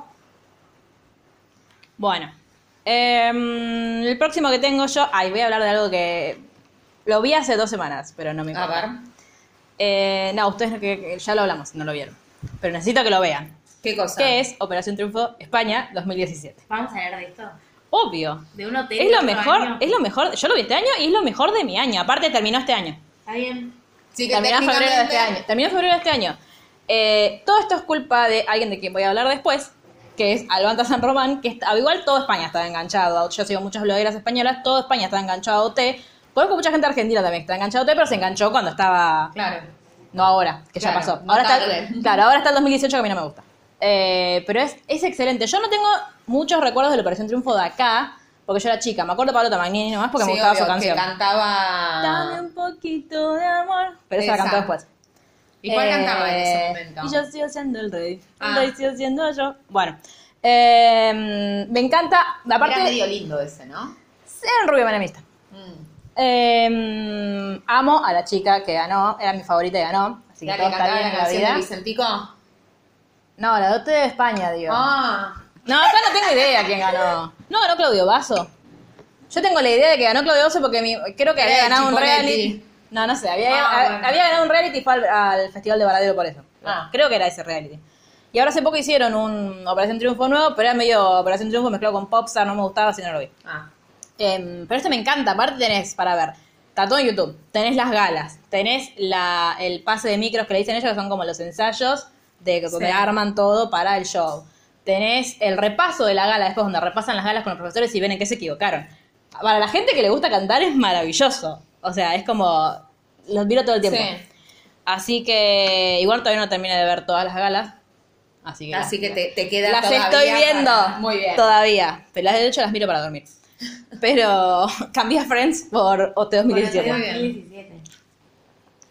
Bueno. em, el próximo que tengo yo. Ay, voy a hablar de algo que. Lo vi hace dos semanas, pero no me
A
importa.
ver,
Eh, no, ustedes que- que ya lo hablamos, no lo vieron. Pero necesito que lo vean.
¿qué cosa?
Que es Operación Triunfo España 2017.
Vamos a hablar de esto.
Obvio.
De un hotel.
Es lo
de
este
otro
mejor,
año.
es lo mejor. Yo lo vi este año y es lo mejor de mi año. Aparte terminó este año.
Está bien.
Sí, que
Terminó en febrero de este
técnicamente-
año. Terminó en febrero de este año. Eh, todo esto es culpa de alguien de quien voy a hablar después, que es Albanta San Román, que está, ah, igual todo España está enganchado. Yo sigo muchas blogueras españolas, todo España está enganchado a OT. Conozco mucha gente argentina también que está enganchada a OT, pero se enganchó cuando estaba.
Claro.
No ahora, que ya
Claro,
pasó.
no
Ahora está,
tarde.
claro, ahora está el 2018 que a mí no me gusta. Eh, pero es, es excelente. Yo no tengo muchos recuerdos de la Operación Triunfo de acá, porque yo era chica. Me acuerdo de Pablo Tamagnini nomás porque
Sí,
me gustaba
obvio,
su canción.
Que cantaba...
Dame un poquito de amor. Pero esa la
Esa.
cantó después.
¿Y cuál
Eh,
cantaba en ese momento?
Y yo sigo siendo el rey.
Ah.
El rey sigo siendo yo. Bueno. eh, me encanta. Aparte,
Era medio lindo ese, ¿no?
era un rubio menemista.
Mm.
Eh, amo a la chica que ganó. Era mi favorita y ganó. Así que
La que
todo está
cantaba
bien
la
en la
canción de
vida.
Vicentico.
No, la dote de España, digo.
Ah,
No, acá no tengo idea quién ganó. No ganó Claudio Basso. Yo tengo la idea de que ganó Claudio Basso porque mi- creo que
Era
había
de
ganado un
Chipoletti.
reality. No, no sé, había,
Ah,
hab-
bueno.
había ganado un reality y fue al, al Festival de Varadero por eso.
Ah.
Creo que era ese reality. Y ahora hace poco hicieron un Operación Triunfo nuevo, pero era medio Operación Triunfo mezclado con Popstar, no me gustaba, así no lo vi.
Ah.
Em, pero este me encanta, aparte tenés para ver. Está todo en YouTube. Tenés las galas, tenés la, el pase de micros que le dicen ellos, que son como los ensayos de donde arman todo para el show. Tenés el repaso de la gala, después donde repasan las galas con los profesores y ven en qué se equivocaron. Para la gente que le gusta cantar es maravilloso. O sea, es como. Los miro todo el tiempo.
Sí.
Así que igual todavía no terminé de ver todas las galas. Así que.
Así que te, te queda
las
todavía
estoy viendo.
para- Muy bien.
Todavía. Pero las de hecho las miro para dormir. Pero cambié a Friends por OT 2017.
Muy bien.
2017.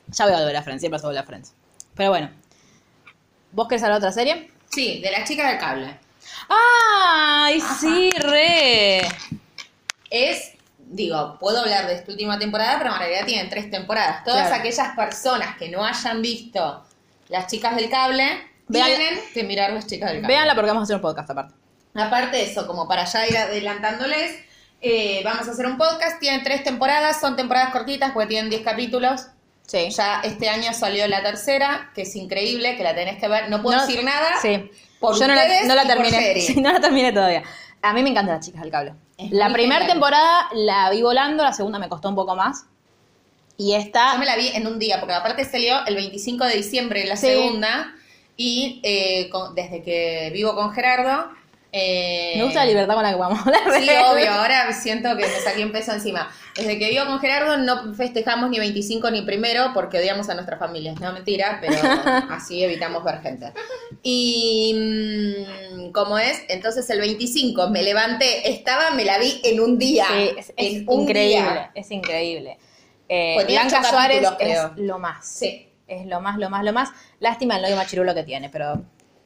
Ya voy a volver a Friends, siempre se vuelve a Friends. Pero bueno. ¿Vos querés hablar de otra serie?
Sí, de la chica del cable.
¡Ay, sí, re!
Es, digo, puedo hablar de esta última temporada, pero en realidad tienen tres temporadas. Todas
Claro.
aquellas personas que no hayan visto las chicas del cable,
Vean-
tienen que mirar las chicas del cable.
Véanla porque vamos a hacer un podcast aparte.
Aparte de eso, como para ya ir adelantándoles, eh, vamos a hacer un podcast. Tienen tres temporadas, son temporadas cortitas porque tienen 10 capítulos.
Sí.
Ya este año salió la tercera, que es increíble, que la tenés que ver. No puedo
No,
decir nada.
Sí.
por
Yo no la,
ustedes
no la
y por
terminé.
serie.
Sí, no la terminé todavía. A mí me encantan las chicas del cable.
Es
la
muy
primera
genial.
temporada la vi volando, la segunda me costó un poco más. Y esta.
Yo me la vi en un día, porque aparte salió el 25 de diciembre la
Sí.
segunda. Y eh, con- desde que vivo con Gerardo. eh,
Me gusta la libertad con la que vamos a hablar. de
Sí,
eso.
obvio, ahora siento que me saqué un peso encima. Desde que vivo con Gerardo no festejamos ni 25 ni primero porque odiamos a nuestras familias. No, mentira, pero así evitamos ver gente. Y mm, como es, entonces el 25 me levanté, estaba, me la vi en un día.
Sí, es, es
en un
increíble,
día.
es increíble. Eh,
Pues tiene
Blanca
ocho
Suárez
capítulos,
es
creo.
lo más.
Sí.
Es lo más, lo más, lo más. Lástima el novio machirulo que tiene, pero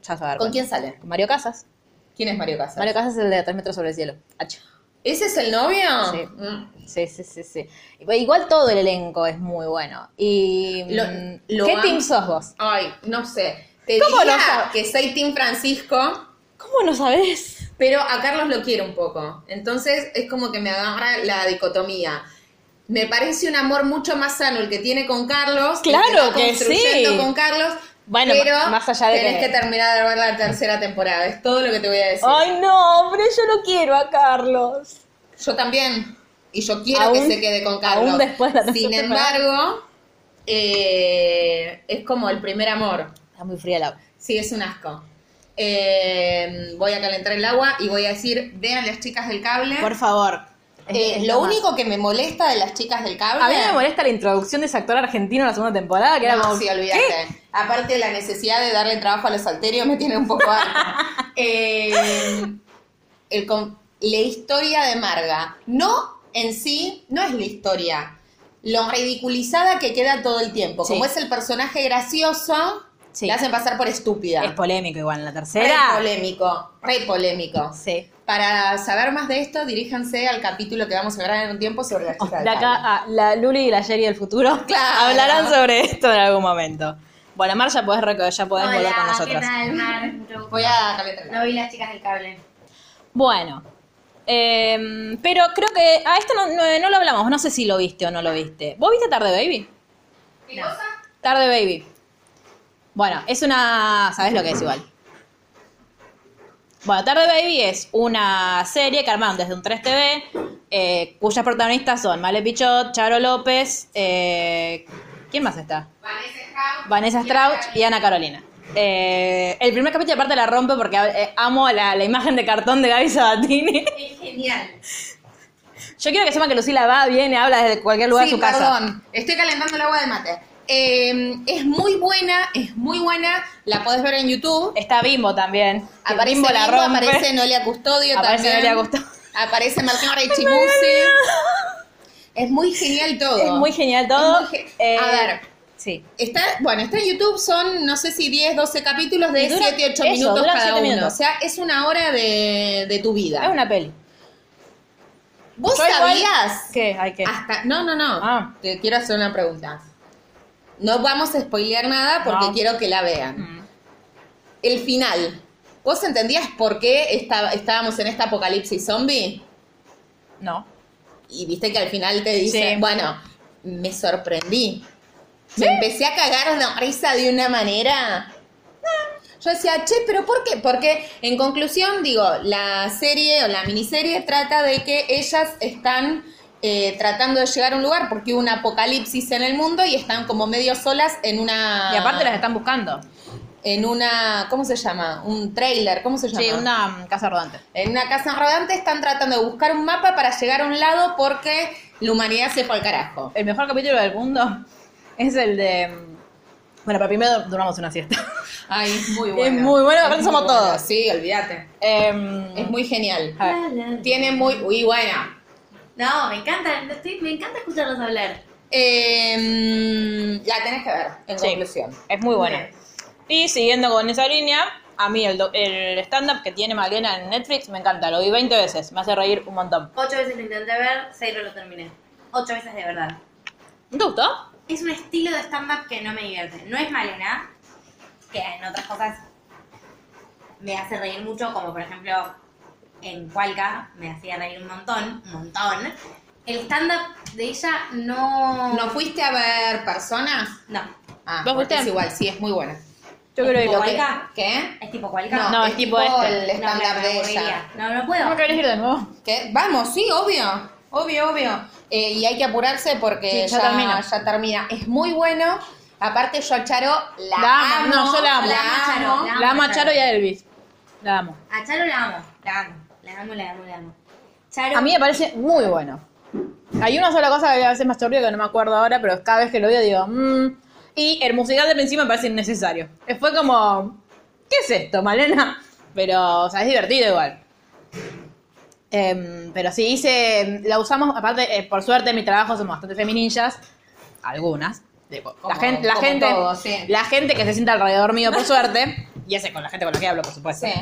ya se va a dar
¿Con
cuenta.
quién sale?
Con Mario Casas.
¿Quién es Mario Casas?
Mario Casas es el de 3 metros sobre el cielo. Ach.
¿Ese es el novio?
Sí.
Mm.
Sí, sí, sí, sí. Igual todo el elenco es muy bueno. Y
Lo-
mm,
lo
¿Qué
am-
team sos vos?
Ay, no sé. Te
¿Cómo
diría
no sabe?
que soy Tim Francisco.
¿Cómo no sabés?
Pero a Carlos lo quiero un poco. Entonces es como que me agarra la dicotomía. Me parece un amor mucho más sano el que tiene con Carlos. el
Claro
va
que
construyendo
sí.
con Carlos.
Bueno,
pero
ma- más allá de
tenés
que-
que... terminar de ver la tercera temporada. Es todo lo que te voy a decir.
Ay, no, hombre, yo no quiero a Carlos.
Yo también. Y yo quiero
Aún-
que se quede con Carlos.
aún después de la tercera
Sin
temporada.
embargo, eh, es como el primer amor.
Está muy fría la agua.
Sí, es un asco. Eh, voy a calentar el agua y voy a decir, vean las chicas del cable.
Por favor.
Eh,
Es- es
lo
más.
único que me molesta de las chicas del cable.
A mí me molesta la introducción de ese actor argentino en la segunda temporada, que era
No,
como.
Ah, sí, olvídate. Aparte, la necesidad de darle trabajo a los alterios me tiene un poco harta. Eh, el con- la historia de Marga. No en sí, no es la historia. Lo ridiculizada que queda todo el tiempo.
Sí.
Como es el personaje gracioso,
Sí.
la hacen pasar por estúpida.
Es polémico igual en la
Re
tercera.
polémico, re polémico.
Sí.
Para saber más de esto, diríjanse al capítulo que vamos a grabar en un tiempo sobre las chicas del
De acá
cable.
a Oh, la Luli y la Jerry del futuro
Claro.
hablarán sobre esto en algún momento. Bueno, Mar, ya podés, reco- ya podés
Hola,
volver con
¿qué
nosotros.
tal, Mar? Mucho gusto.
Voy a calentar el agua.
No vi las chicas del cable.
Bueno. em, pero creo que. Ah, esto no, no- no lo hablamos. No sé si lo viste o no lo viste. ¿Vos viste Tarde Baby? Tarde Baby. Bueno, es una. ¿Sabes lo que es igual? Bueno, Tarde Baby es una serie que armaron desde un 3TV, eh, cuyas protagonistas son Male Pichot, Charo López, eh, ¿quién más está? Vanessa Strauch y Ana Carolina. Eh, el primer capítulo aparte la rompe porque eh, amo la, la imagen de cartón de Gaby Sabatini.
Es genial.
Yo quiero que sepan que Lucila va, viene, habla desde cualquier lugar
sí,
de su casa.
Perdón, estoy calentando el agua de mate. Eh, es muy buena, es muy buena. La podés ver en YouTube.
Está Bimbo también. que
Aparece
Bimbo la
Bimbo,
rompe.
aparece Noelia Custodio
Aparece Noelia
también.
Custodio.
Aparece Martín Rechimusi. Es muy genial todo.
Es muy genial todo.
Es muy ge-
Eh,
A ver.
Sí.
Está, bueno, está en YouTube, son no sé si 10, 12 capítulos de
Y dura-
7, 8
eso,
minutos
duran
cada
siete
uno.
minutos.
O sea, es una hora de, de tu vida.
Es una peli.
¿Vos
Yo igual-
sabías?
¿Qué? Ay, ¿qué?
Hasta, no, no, no.
Ah.
Te quiero hacer una pregunta. No vamos a spoilear nada porque
No. Mm.
quiero que la vean. El final. ¿Vos entendías por qué esta- estábamos en esta apocalipsis zombie?
No.
Y viste que al final te dice,
Sí.
bueno, me sorprendí. Me empecé a cagar de risa de una manera. Yo decía, che, pero ¿por qué? Porque en conclusión, digo, la serie o la miniserie trata de que ellas están eh, tratando de llegar a un lugar porque hubo un apocalipsis en el mundo y están como medio solas en una...
Y aparte las están buscando.
En una, ¿cómo se llama? Un trailer, ¿cómo se llama?
Sí, una mm, casa rodante.
En una casa rodante están tratando de buscar un mapa para llegar a un lado porque la humanidad se fue al carajo.
El mejor capítulo del mundo es el de... mm, Bueno, para primero duramos una siesta.
Ay, es muy
Es
bueno.
muy bueno, aparte
muy
somos
bueno,
todos.
Sí, olvídate.
Em,
Es muy genial.
a ver.
Tiene muy... Uy, bueno.
No, me encanta, no estoy- me encanta escucharlos hablar.
Eh, la tenés que ver, en
Sí.
conclusión.
Es muy buena. Y siguiendo con esa línea, a mí el, do- el stand-up que tiene Malena en Netflix me encanta. Lo vi 20 veces. Me hace reír un montón.
Ocho veces lo intenté ver, seis no lo terminé. Ocho veces de verdad.
¿Te gustó?
Es un estilo de stand-up que no me divierte. No es Malena, que en otras cosas me hace reír mucho, como por ejemplo en Cualca me hacía reír un montón, un montón. El stand-up de ella no...
¿No fuiste a ver personas?
No.
Ah,
¿Vos fuiste?
porque es igual, sí, es muy buena.
Yo
Es
creo
tipo
que...
que-
Cualca.
¿Qué?
Es tipo Cualca.
No,
No,
es,
es tipo
tipo,
este.
el
No,
stand-up
me
de
aburriría.
ella.
No, no puedo.
¿No querés ir de nuevo?
¿Qué? Vamos, sí, obvio. Obvio, obvio. Eh, y hay que apurarse porque
Sí, ya
ya, ya
termina.
termina. Es muy bueno. Aparte, yo a Charo la,
La amo,
amo.
no, yo la amo.
La
La amo a
amo.
Charo,
La amo a Charo y a Elvis. La amo.
A Charo la amo, la amo, la amo, la amo, la amo. Charo,
A mí me parece muy bueno. Hay una sola cosa que a veces me chorreo que no me acuerdo ahora, pero cada vez que lo veo digo, mmm. Y el musical de principio me parece innecesario. Fue como, ¿qué es esto, Malena? Pero, o sea, es divertido igual. Em, pero sí, hice, la usamos, aparte, eh, por suerte en mi trabajo somos bastante feminillas, algunas. Tipo, la
Como-
gente, la,
como
gente
todos, sí.
la gente que se sienta alrededor mío, por suerte, y ese con la gente con la que hablo, por supuesto.
Sí.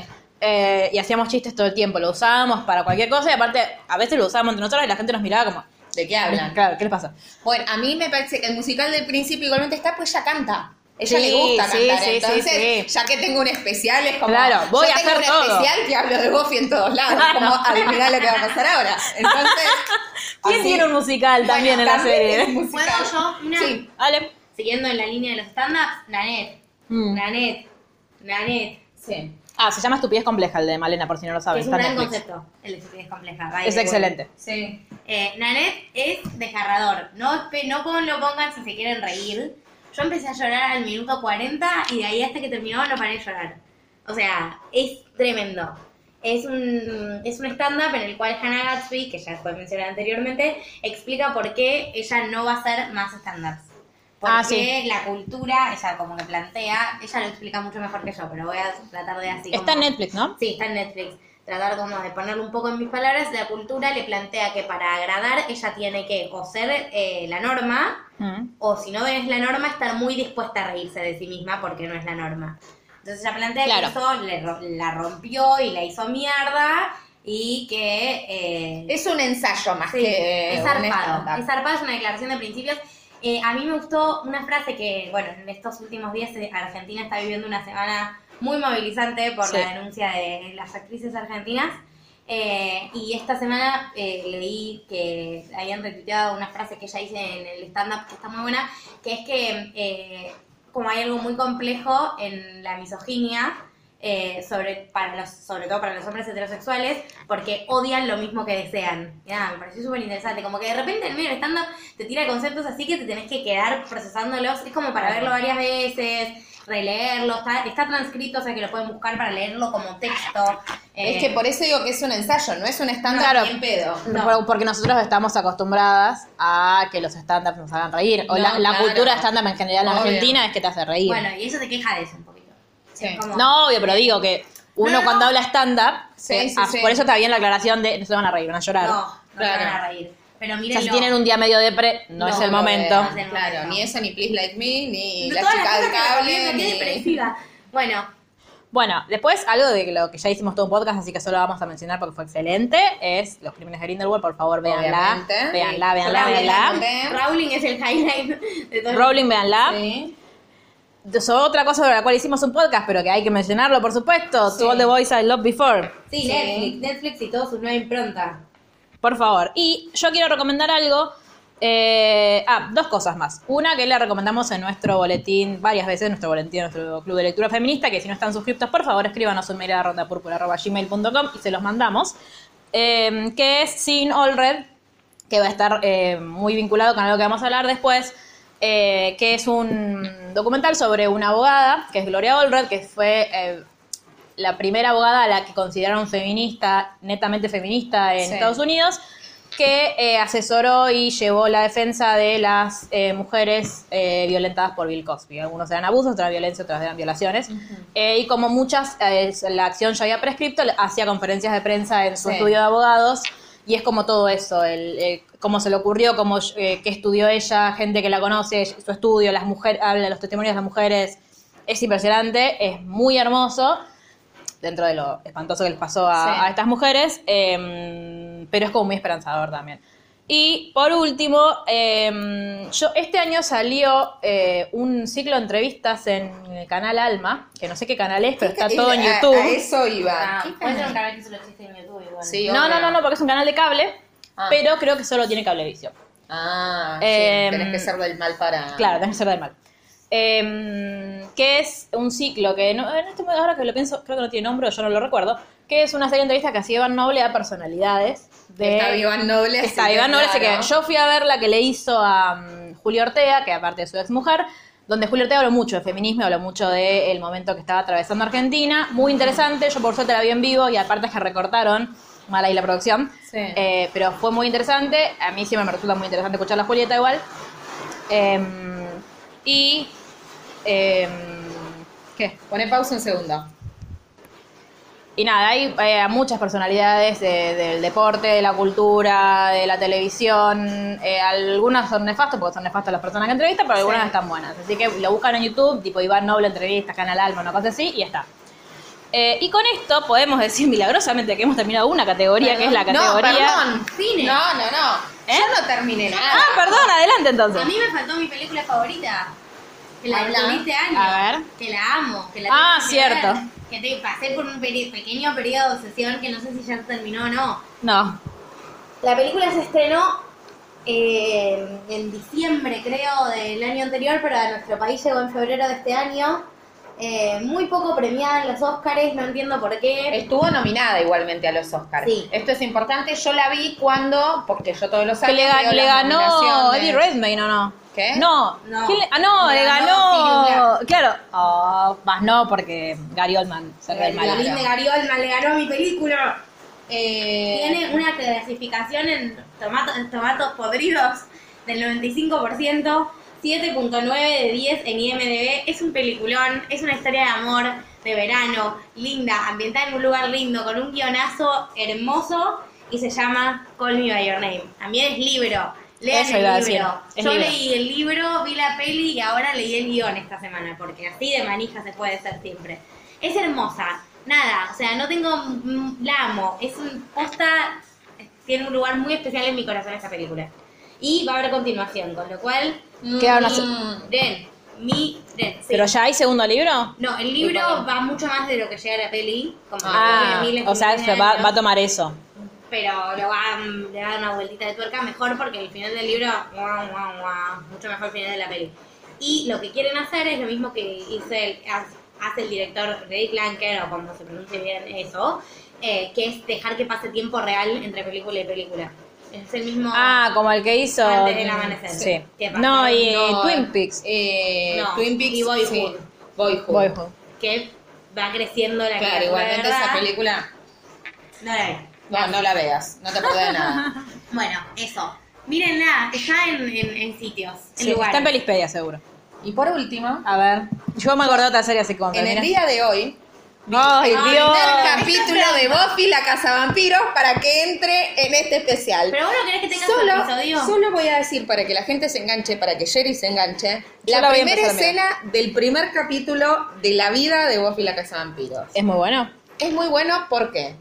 Eh, y hacíamos chistes todo el tiempo, lo usábamos para cualquier cosa y aparte a veces lo usábamos entre nosotros y la gente nos miraba como,
¿De qué hablan?
claro, ¿qué les pasa?
Bueno, a mí me parece que el musical del príncipe igualmente está, pues ella canta. Ella
Sí,
le gusta
sí,
cantar.
sí, sí,
Entonces,
sí.
ya que tengo un especial, es como.
Claro, voy
yo
a
tengo
hacer
un
todo.
especial que hablo de Buffy en todos lados.
Claro.
Como adiviná lo que va a pasar ahora. Entonces.
¿Quién
así-
tiene un musical también
Ah, Bueno,
en la
es un
serie?
musical.
¿Puedo yo? Una.
Sí.
Ale.
siguiendo en la línea de los stand-ups, Nanet,
Mm.
Nanet, Nanet,
Sí.
Ah, se llama Estupidez Compleja el de Malena, por si no lo
que
saben.
es un
está en
gran
Netflix.
concepto, el de estupidez compleja. by
Es
the way.
excelente.
Sí.
Eh, Nanet es desgarrador, no, espe- no pon- lo pongan si se quieren reír. Yo empecé a llorar al minuto 40 y de ahí hasta que terminó no paré de llorar. O sea, es tremendo. Es un, es un stand-up en el cual Hannah Gatsby, que ya fue mencionada anteriormente, explica por qué ella no va a hacer más stand-ups. Porque
Ah, sí.
la cultura, ella como que plantea, ella lo explica mucho mejor que yo, pero voy a tratar de así.
Está en
como-
Netflix, ¿no?
Sí, está en Netflix. Tratar como de ponerlo un poco en mis palabras, la cultura le plantea que para agradar ella tiene que o ser eh, la norma,
Mm.
o si no es la norma, estar muy dispuesta a reírse de sí misma porque no es la norma. Entonces ella plantea
Claro.
que eso le ro- la rompió y la hizo mierda y que... eh,
Es un ensayo más
Sí,
que.
es
un
zarpado.
stand-up.
Es zarpado, es una declaración de principios. Eh, a mí me gustó una frase que, bueno, en estos últimos días eh, Argentina está viviendo una semana muy movilizante por
Sí.
la denuncia de las actrices argentinas. Eh, y esta semana eh, leí que habían retuiteado una frase que ella dice en el stand-up que está muy buena, que es que eh, como hay algo muy complejo en la misoginia, eh, sobre, para los, sobre todo para los hombres heterosexuales, porque odian lo mismo que desean. Y nada, me pareció súper interesante. Como que de repente en medio del stand-up te tira conceptos así que te tenés que quedar procesándolos. Es como para verlo varias veces, releerlo. Está, está transcrito, o sea que lo pueden buscar para leerlo como texto. Eh,
Es que por eso digo que es un ensayo, no es un estándar
Claro.
ni en pedo.
No.
Por- Porque nosotros estamos acostumbradas a que los stand-ups nos hagan reír. O
No,
la, la
claro.
cultura stand-up en general en
Obvio.
Argentina es que te hace reír.
Bueno, y ella se queja de eso un poquito. Es como-
No, obvio, pero digo que uno
No, no,
cuando
no.
habla stand-up,
Sí,
eh,
sí,
ah,
sí.
por eso está bien la aclaración de no se van a reír, van a llorar.
No, no se
Claro.
van a reír. Pero
O sea, si
mírenlo.
tienen un día medio depre, no,
No,
es el
lo
momento.
vean.
de- Claro, ni eso, ni Please Like Me, ni
De
La
todas las
Chica del
cosas que me
Cable,
recomiendan, qué
ni...
depresiva. Bueno,
Bueno, después algo de lo que ya hicimos todo un podcast, así que solo vamos a mencionar porque fue excelente, es Los Crímenes de Grindelwald, por favor, véanla.
Obviamente.
Véanla, véanla,
Yo la vi, la
véanla.
¿Eh?
Rowling es el highlight de todo.
Rowling, véanla.
Sí.
Entonces, Otra cosa sobre la cual hicimos un podcast, pero que hay que mencionarlo, por supuesto, To All the Boys I Loved Before.
Sí,
Sí.
Netflix, Netflix y todos sus nueva impronta.
Por favor. Y yo quiero recomendar algo Eh, ah, dos cosas más. Una que le recomendamos en nuestro boletín, varias veces, nuestro boletín, nuestro club de lectura feminista, que si no están suscriptos, por favor, escríbanos un mail a rondapurpura.gmail.com y se los mandamos. Eh, que es Sin All Red, que va a estar eh, muy vinculado con algo que vamos a hablar después, eh, que es un documental sobre una abogada, que es Gloria Allred, que fue eh, la primera abogada a la que consideraron feminista, netamente feminista en
Sí.
Estados Unidos, que eh, asesoró y llevó la defensa de las eh, mujeres eh, violentadas por Bill Cosby. Algunos eran abusos, otras violencia, otras eran violaciones. Eh, y como muchas, eh, la acción ya había prescripto, hacía conferencias de prensa en su
Sí.
estudio de abogados. Y es como todo eso, el, eh, cómo se le ocurrió, cómo, eh, qué estudió ella, gente que la conoce, su estudio, las mujeres, habla los testimonios de las mujeres. Es impresionante, es muy hermoso, dentro de lo espantoso que les pasó a,
Sí.
a estas mujeres, eh, pero es como muy esperanzador también. Y por último, eh, yo este año salió eh, un ciclo de entrevistas en el canal Alma, que no sé qué canal es, pero está
Es-
todo en
Eh, a-
YouTube.
A, eso iba.
Ah,
¿Qué
puede ser
canal?
un canal que solo existe en YouTube igual.
Sí,
no, no,
obvio.
no, no, porque es un canal de cable,
Ah.
pero creo que solo tiene cablevisión.
Ah,
Eh,
sí, tenés que ser del mal para...
Claro, tenés que ser del mal. Em, que es un ciclo que, no, en este momento, ahora que lo pienso, creo que no tiene nombre, o yo no lo recuerdo, que es una serie de entrevistas que hacía Iván Noble a personalidades. De,
Está Iván Noble. así
Está
que
Iván Noble, así que
claro.
yo fui a ver la que le hizo a mm, Julio Ortega, que aparte de su ex mujer, donde Julio Ortega habló mucho de feminismo, habló mucho del momento que estaba atravesando Argentina. Muy interesante, yo por suerte la vi en vivo y aparte es que recortaron, mala y la producción.
Sí.
Eh, pero fue muy interesante, a mí siempre me resulta muy interesante escuchar a Julieta igual. Em, y... em, ¿Qué?
Poné pausa un segundo.
Y nada, hay eh, muchas personalidades de- del deporte, de la cultura, de la televisión. Eh, algunas son nefastas, porque son nefastas las personas que entrevistan, pero algunas
Sí.
están buenas. Así que lo buscan en YouTube, tipo Iván Noble entrevistas, Canal Alma, una cosa así, y ya está. Eh, y con esto podemos decir milagrosamente que hemos terminado una categoría, que es la
No,
categoría... ¿eh?
perdón.
Cine.
No, no, no. Yo no terminé nada.
ah, perdón, adelante entonces.
A mí me faltó mi película favorita. Que la
Habla.
descubrí este año.
A ver.
Que la amo. Que la
Ah,
tengo que ver,
cierto.
Que te pasé por un peri- pequeño periodo de obsesión que no sé si ya terminó o no.
No,
La película se estrenó eh, en diciembre, creo, del año anterior, pero a nuestro país llegó en febrero de este año. Eh, muy poco premiada en los Oscars, no entiendo por qué.
Estuvo nominada igualmente a los Oscars.
Sí.
Esto es importante. Yo la vi cuando, porque yo todos los
que
años.
le, ga-
veo
le
las
ganó
nominaciones.
Eddie Redmayne, ¿o no?
¿Qué?
No.
No.
¿Quién le- ah, no,
Le
le
ganó
ganó...
Philip Glass.
Claro. Oh, más no, porque Gary Oldman se re
El violín de Gariolma le ganó mi película.
Eh,
Tiene una clasificación en, tomato- en tomatos podridos del 95%, 7.9 de 10 en IMDB. Es un peliculón, es una historia de amor, de verano, linda, ambientada en un lugar lindo, con un guionazo hermoso y se llama Call Me By Your Name. También es libro. Lean
Eso
el
iba a
libro.
decir, es
Yo
libro.
leí el libro, vi la peli y ahora leí el guión esta semana, porque así de manija se puede ser siempre. Es hermosa, nada, o sea, no tengo. mm, La amo, es un. Posta, tiene un lugar muy especial en mi corazón esta película. Y va a haber continuación, con lo cual.
Queda una se-
mm, Den, miren, sí.
¿Pero ya hay segundo libro?
No, el libro va mucho más de lo que llega a la peli. Como
Ah,
que tiene miles,
o sea,
miles
se
de
va,
años,
va a tomar eso.
Pero lo va, mm, le va a dar una vueltita de tuerca mejor porque el final del libro, guau, guau, guau, mucho mejor el final de la peli. Y lo que quieren hacer es lo mismo que hizo el, hace el director Ray Lanker, o como se pronuncia bien eso, eh, que es dejar que pase tiempo real entre película y película. Es el mismo...
Ah, como el que hizo.
Antes del amanecer.
Sí.
¿Qué pasa?
No, y
no,
Twin Peaks.
eh,
No,
Twin Peaks
y Boyhood.
sí. Boyhood.
Boyhood.
que va creciendo la
Claro,
criatura,
igualmente
¿verdad?
esa película.
No la vi.
No, no la veas. No te perdés de nada.
Bueno, eso. Mírenla, está en, en, en sitios, en
Sí,
lugares.
está en Pelispedia, seguro.
Y por último,
A ver. Yo me acordé de otra serie así como.
en el
mira.
día de hoy,
¡Ay,
Ay,
Dios!
primer capítulo de Buffy la Cazavampiros para que entre en este especial.
Pero vos no querés que tenga su episodio.
Solo, solo voy a decir para que la gente se enganche, para que Jerry se enganche,
Yo
la,
la voy a
primera
empezar a
escena del primer capítulo de la vida de Buffy la Cazavampiros.
Es muy bueno.
Es muy bueno porque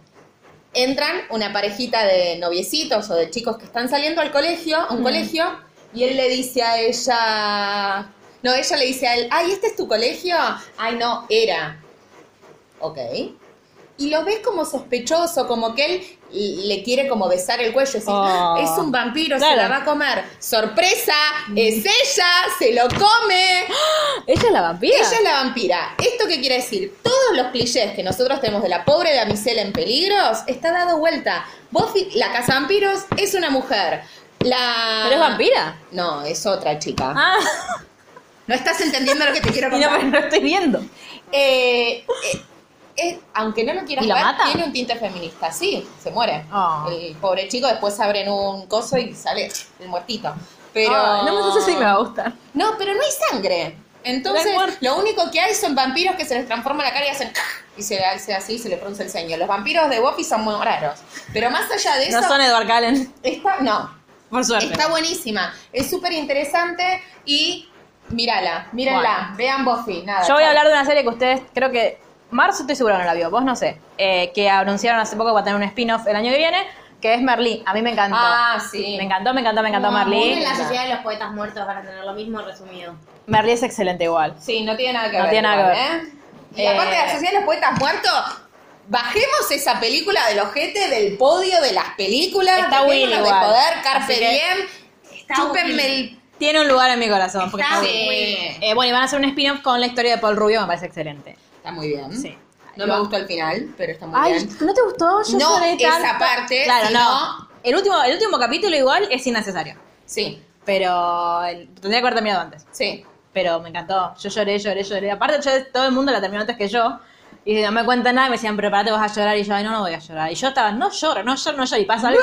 entran una parejita de noviecitos o de chicos que están saliendo al colegio, a un
Mm.
colegio, y él le dice a ella. No, ella le dice a él, ay, ¿este es tu colegio? Ay, no, era. Ok. y lo ves como sospechoso, como que él le quiere como besar el cuello. Decís,
Oh.
"Ah, Es un vampiro, se
Claro. Mm.
la va a comer. Sorpresa, es ella, se lo come.
Ella es la vampira.
Ella es la vampira. ¿Esto qué quiere decir? Todos los clichés que nosotros tenemos de la pobre damisela en peligros está dado vuelta. Buffy, la casa vampiros, es una mujer. La...
¿Pero es vampira?
No, es otra chica.
Ah,
No estás entendiendo lo que te quiero
y no,
contar.
pero no estoy viendo.
Eh, eh, eh, aunque no lo quieras
¿Y la
ver,
mata?
tiene un tinte feminista. Sí, se muere.
Ah.
El pobre chico después abren un coso y sale el muertito. Pero
Ay, Ah, no sé si me va a gustar.
No, pero no hay sangre. Entonces,
No hay muerte.
lo único que hay son vampiros que se les transforma la cara y hacen y se le hace así y se le pronuncia el ceño. Los vampiros de Buffy son muy raros. Pero más allá de eso,
No son Edward Cullen,
está, no,
por suerte.
Está buenísima, es súper interesante y mírala, mírenla,
Bueno.
vean Buffy, nada.
Yo voy a
chao.
hablar de una serie que ustedes, creo que Marzo estoy segura que no la vio, vos no sé, eh, que anunciaron hace poco que va a tener un spin-off el año que viene, que es Merlí. A mí me encantó.
Ah, sí.
Me encantó, me encantó, me encantó
Como
Merlí.
unen la sociedad de los poetas muertos para tener lo mismo resumido.
Merlí es excelente igual.
Sí, no tiene nada que
No
ver.
tiene nada
igual, ¿eh? Y
Eh,
aparte de la Sociedad de los Poetas Muertos, bajemos esa película del ojete del podio de las películas.
Está
dejémonos
Will
de
igual.
poder,
Así
Carpe
que-
Diem,
Está
chúpenme
Will.
el...
Tiene un lugar en mi corazón. Porque
Está
está
bien.
buena. Eh, bueno, y van a hacer un spin-off con la historia de Paul Rubio, me parece excelente.
Está muy bien.
Sí.
No
Lo-
me gustó el final, pero está Mm. muy
Ay,
bien.
¿no te gustó? Yo
No,
lloré
esa
tanto.
parte,
Claro,
si
no.
no-
El último, el último capítulo igual es innecesario.
Sí,
Pero el- tendría que haber terminado antes.
sí.
Pero me encantó. Yo lloré, lloré, lloré. Aparte, yo- todo el mundo la terminó antes que yo. Y no me cuenta nada y me decían, prepárate, vas a llorar. Y yo, ay, no, no voy a llorar. Y yo estaba, no lloro, no lloro, no lloro. Y pasa algo.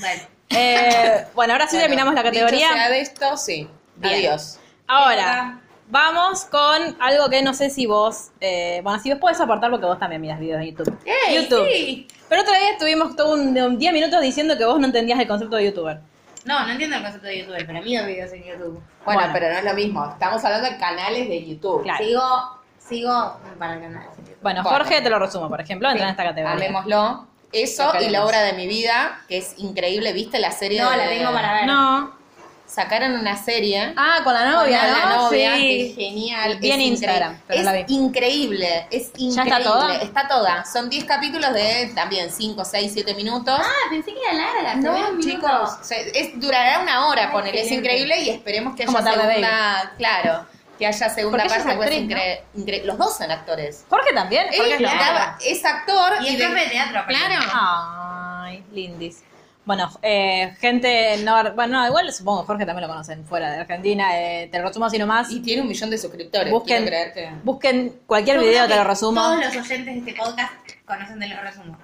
Bueno,
Eh, bueno, ahora sí
Bueno,
terminamos la categoría.
Dicho sea de esto, sí.
Bien.
Adiós.
Ahora, vamos con algo que no sé si vos. eh, bueno, si vos podés aportar porque vos también miras videos de YouTube.
¡Ey,
YouTube.
sí!
Pero otra vez tuvimos todo un, un 10 minutos diciendo que vos no entendías el concepto de YouTuber.
no, no entiendo el concepto de YouTube, pero miro videos en YouTube.
Bueno,
Bueno.
pero no es lo mismo. Estamos hablando de canales de YouTube.
Claro.
Sigo, sigo para el canal. de YouTube.
Bueno,
Bueno.
Jorge te lo resumo, por ejemplo, entra en esta categoría.
Amémoslo. Eso
Lo
y la
queremos.
obra de mi vida, que es increíble. ¿Viste la serie?
No,
de-
la tengo para ver.
No.
Sacaron una serie.
Ah, con la
con
novia,
la
¿no?
novia, que
sí.
es genial.
Vi en
es
Instagram,
increíble.
pero no la
es
vi.
increíble, es increíble.
¿Ya está toda?
Está toda. Son 10 capítulos de también 5, 6, 7 minutos.
Ah, pensé que era larga, se ve un
No,
minuto.
chicos, se- es, durará una hora, ponele, es
excelente.
increíble y esperemos que haya
Como Tarde
segunda, claro, que haya segunda
Porque ella
parte,
es
pues,
actriz,
incre- incre- los dos son actores.
Jorge también. Jorge
Él
es la
estaba- es actor
Y el
de-
profe de teatro. aparte.
claro.
Ay, lindis. Bueno, eh, gente, no, bueno, no, igual supongo que Jorge también lo conocen fuera de Argentina. eh, te lo resumo así nomás.
Y tiene un millón de suscriptores.
Busquen-
quiero creer que-
Busquen cualquier
Yo
video,
creo
te
que
lo resumo.
Todos los oyentes de este podcast conocen de los resumos.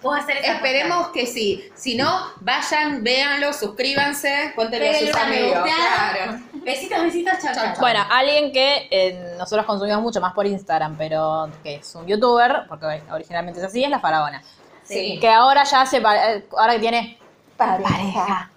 Vos hacer esa
Esperemos que sí. Si no, vayan, véanlo, suscríbanse,
cosa.
cuéntenlo a
Pégale
sus
una me
amigos.
gusteada.
Claro.
Besitos, besitos, chao, chao.
Bueno, alguien que eh, nosotros consumimos mucho más por Instagram, pero que es un youtuber, porque originalmente es así, es la faraona.
Sí.
Que ahora ya se pa- eh, ahora que tiene pareja.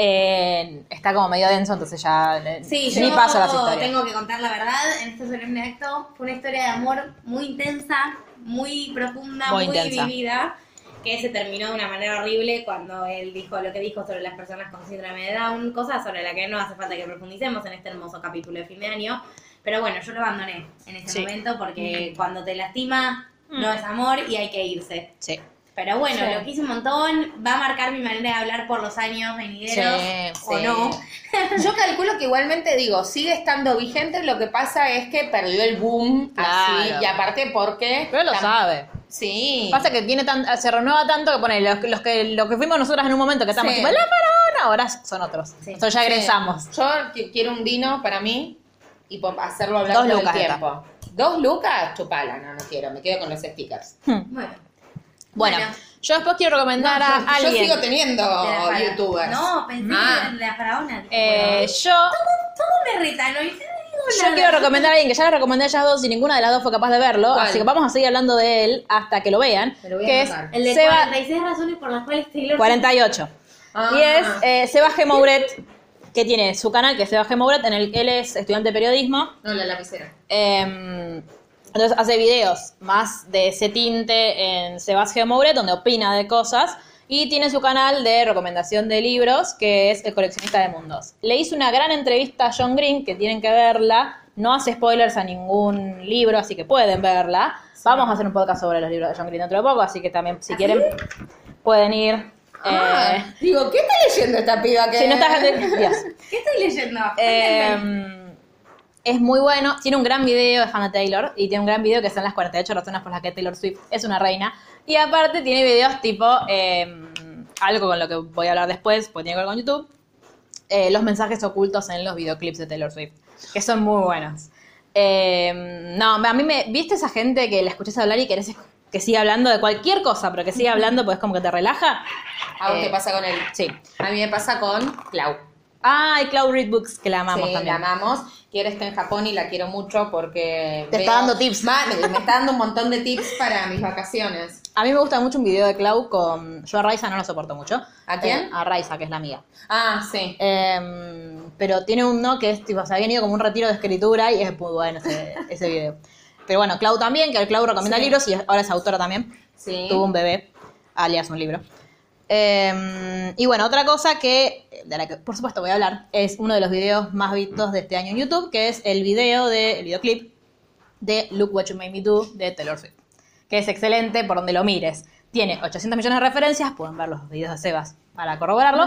eh, está como medio denso, entonces ya eh,
Sí,
ni
yo
paso las historias.
tengo que contar la verdad. En este solemne acto fue una historia de amor muy intensa, muy profunda,
Muy
muy,
intensa.
vivida, que se terminó de una manera horrible cuando él dijo lo que dijo sobre las personas con síndrome de Down, cosas sobre las que no hace falta que profundicemos en este hermoso capítulo de fin de año. Pero bueno, yo lo abandoné en ese
Sí. Mm.
momento porque cuando te lastima no es amor y hay que irse.
Sí.
Pero bueno,
Sí.
lo quise un montón, va a marcar mi manera de hablar por los años venideros
Sí,
o
sí.
no.
Yo calculo que igualmente digo, sigue estando vigente, lo que pasa es que perdió el boom así,
Claro.
y aparte porque
Pero lo
tam-
sabe.
Sí.
Pasa que tiene tan, se renueva tanto que pone los, los que lo que fuimos nosotras en un momento que estamos
Sí.
tipo la faraona, ahora son otros.
Sí.
Nosotros ya egresamos.
Yo qui- quiero un dino para mí y po- hacerlo hablar
Dos
todo
lucas
el tiempo. Dos lucas, chupala, no, no quiero, me quedo con los stickers.
Bueno.
Bueno, yo después quiero recomendar a
yo, yo
alguien.
sigo teniendo
Oh,
de la fara-
youtubers.
No, pensé
Ah.
que de la faraona. dije,
Eh,
bueno,
yo
todo me retanó y yo no digo
Yo
nada.
quiero recomendar a alguien que ya les recomendé a ellas dos y ninguna de las dos fue capaz de verlo,
¿Cuál?
así que vamos a seguir hablando de él hasta que lo vean,
Me lo voy a
que es
anotar.
El de
Seba
46 razones por las cuales Taylor...
48.
Ah.
Y es eh, Seba G. Mouret, que tiene su canal, que es Seba G. Mouret, en el que él es estudiante de periodismo.
No, la lapicera.
Eh, entonces hace videos más de ese tinte en Sebastián Mouret, donde opina de cosas. Y tiene su canal de recomendación de libros, que es El Coleccionista de Mundos. Le hice una gran entrevista a John Green, que tienen que verla. No hace spoilers a ningún libro, así que pueden verla. Vamos a hacer un podcast sobre los libros de John Green dentro de poco, así que también, si quieren, pueden ir.
Ah,
Eh,
digo, ¿qué está leyendo esta piba que
Si no estás... Dios.
¿Qué estoy leyendo?
Eh, es muy bueno. Tiene un gran video de Hannah Taylor y tiene un gran video que son las 48 razones por las que Taylor Swift es una reina. Y aparte tiene videos tipo eh, algo con lo que voy a hablar después, porque tiene que ver con YouTube. eh, los mensajes ocultos en los videoclips de Taylor Swift, que son muy buenos. Eh, no, a mí me. ¿Viste esa gente que la escuchás hablar y querés que siga hablando de cualquier cosa, pero que siga hablando pues como que te relaja?
¿A vos
Eh,
te pasa con él?
Sí.
A mí me pasa con Clau.
Ay, Cloud Read Books, que la amamos
sí,
también.
la amamos. Y ahora está en Japón y la quiero mucho porque...
Te está dando tips.
Ma- me, me está dando un montón de tips para mis vacaciones.
A mí me gusta mucho un video de Clau con. Yo a Raiza no lo soporto mucho.
¿A quién?
Eh, a Raiza, que es la amiga.
Ah, sí.
Em, pero tiene un no que es tipo, se habían ido como un retiro de escritura y es muy bueno ese, ese video. Pero bueno, Clau también, que Clau recomienda libros y ahora es autora también.
Sí.
Tuvo un bebé, alias un libro. Em, y bueno, otra cosa que, de la que por supuesto voy a hablar, es uno de los videos más vistos de este año en YouTube, que es el video de, el videoclip de Look What You Made Me Do de Taylor Swift, que es excelente por donde lo mires. Tiene 800 millones de referencias, pueden ver los videos de Sebas para corroborarlo.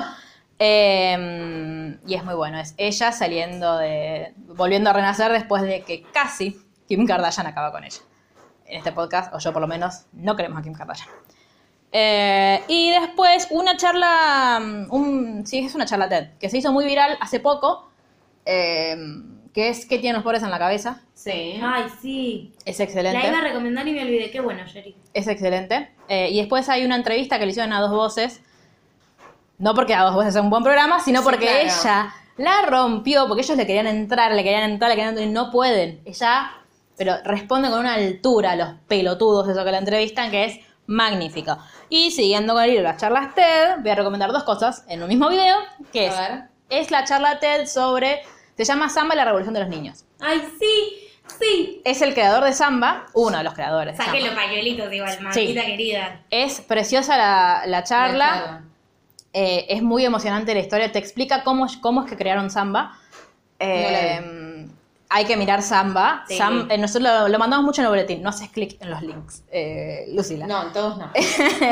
Eh, y es muy bueno, es ella saliendo de. volviendo a renacer después de que casi Kim Kardashian acaba con ella. En este podcast, o yo por lo menos, no queremos a Kim Kardashian. Eh, y después una charla, mm, un, sí, es una charla TED, que se hizo muy viral hace poco, eh, que es ¿Qué tienen los pobres en la cabeza?
Sí.
Ay, sí.
Es
La iba a
excelente.
recomendar y me olvidé. Qué bueno, Jerry.
Es excelente. Eh, y después hay una entrevista que le hicieron a dos voces. No porque a dos voces sea un buen programa, sino
Sí,
porque
claro.
ella la rompió, porque ellos le querían entrar, le querían entrar, le querían entrar y no pueden. Ella, pero responde con una altura a los pelotudos de eso que la entrevistan, que es magnífico. Y siguiendo con el libro de las charlas TED, voy a recomendar dos cosas en un mismo video, que es,
A ver.
es la charla TED sobre, se llama Samba y la revolución de los niños.
Ay, sí. Sí.
Es el creador de Samba, uno de los creadores. de
Saqué
Samba.
los pañuelitos igual,
Sí.
mamita querida.
Es preciosa la, la charla,
Claro.
eh, es muy emocionante la historia, te explica cómo, cómo es que crearon Samba. Eh, hay que mirar Samba.
Sí.
Sam- eh, nosotros lo, lo mandamos mucho en el boletín, no haces clic en los links, eh, Lucila.
No, todos no.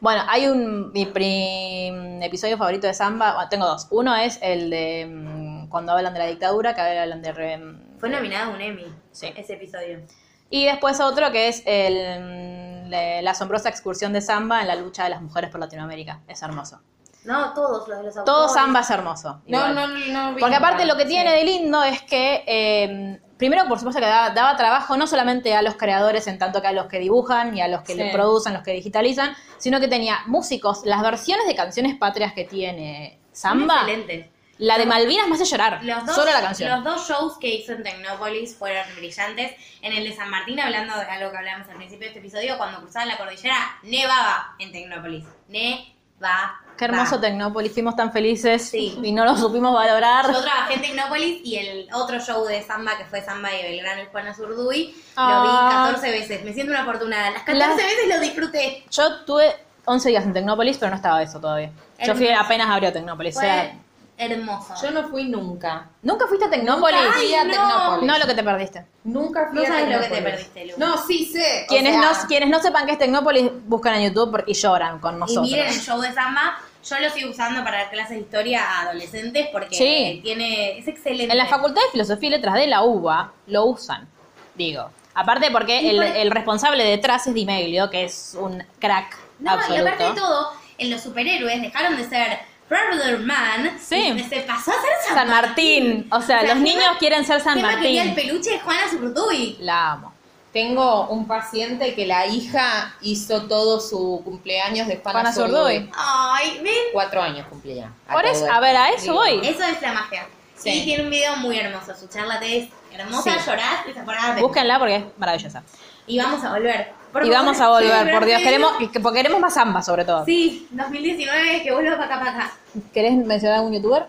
bueno, hay un mi prim- episodio favorito de Samba, bueno, tengo dos. Uno es el de mm, cuando hablan de la dictadura, que hablan de... re-
Fue nominada a un Emmy.
Sí.
Ese episodio.
Y después otro que es el, mm, de la asombrosa excursión de Samba en la lucha de las mujeres por Latinoamérica. Es hermoso.
No, todos los de los
Todo
autores.
Samba es hermoso.
No,
igual.
no, no, no vi
Porque
nunca.
aparte lo que tiene de lindo es que, eh, primero, por supuesto que daba, daba trabajo no solamente a los creadores, en tanto que a los que dibujan y a los que
Sí.
le producen, los que digitalizan, sino que tenía músicos, las versiones de canciones patrias que tiene Samba.
Excelente.
La de Malvinas me hace llorar.
Los dos,
solo la canción.
Los dos shows que hizo en Tecnópolis fueron brillantes. En el de San Martín, hablando de algo que hablamos al principio de este episodio, cuando cruzaban la cordillera, nevaba en Tecnópolis. Nevaba.
Qué hermoso Tecnópolis, fuimos tan felices
Ah. Sí.
y no lo supimos valorar.
Yo trabajé en Tecnópolis y el otro show de samba, que fue Samba de Belgrano y Juana Zurduy,
Ah.
lo vi 14 veces. Me siento una afortunada. Las 14
Las-
veces lo disfruté.
Yo tuve 11 días en Tecnópolis, pero no estaba eso todavía. Yo fui
Hermoso.
apenas abrió Tecnópolis.
Fue
era-
hermoso.
Yo no fui nunca.
¿Nunca fuiste a Tecnópolis?
Nunca. Ay,
Fui a
no.
Tecnópolis.
No lo que te perdiste.
Nunca fui
No
a
sabes lo que te
Tecnópolis.
perdiste, Lu.
No, sí sé. o
Quienes,
sea,
no, quienes no sepan qué es Tecnópolis, buscan en YouTube por- y lloran con
Y
nosotros.
miren el show de samba. Yo lo sigo usando para dar clases de historia a adolescentes porque
Sí.
tiene es excelente.
en la Facultad de Filosofía y Letras de la UBA lo usan, digo. Aparte porque
Y
el,
por-
el responsable detrás es Dimeglio, que es un crack
No, y aparte de
absoluto.
todo, en los superhéroes dejaron de ser Brother Man
Sí.
y se pasó a ser San,
San Martín. O sea,
O sea,
los
¿qué
niños
más-
quieren ser San
¿Qué más quería el
Martín.
peluche de Juana Zurduy?
La amo.
Tengo un paciente que la hija hizo todo su cumpleaños de
Juana
Juana,
Zurduy.
Ay, ven.
Cuatro años cumplía. A
eh. Por
todo
eso,
esto.
a ver, a eso
Digo,
voy.
Eso es la magia.
Sí.
Y tiene un video muy hermoso. Su charla te es hermosa,
Sí.
llorás y te acordás de-
Búsquenla porque es maravillosa.
Y vamos a volver. Por
Y vamos a
favor.
volver,
Sí,
por Dios.
sí.
Queremos, que- porque queremos más ambas, sobre todo.
Sí, 2019, que vuelva para acá, para acá.
¿Querés mencionar algún youtuber?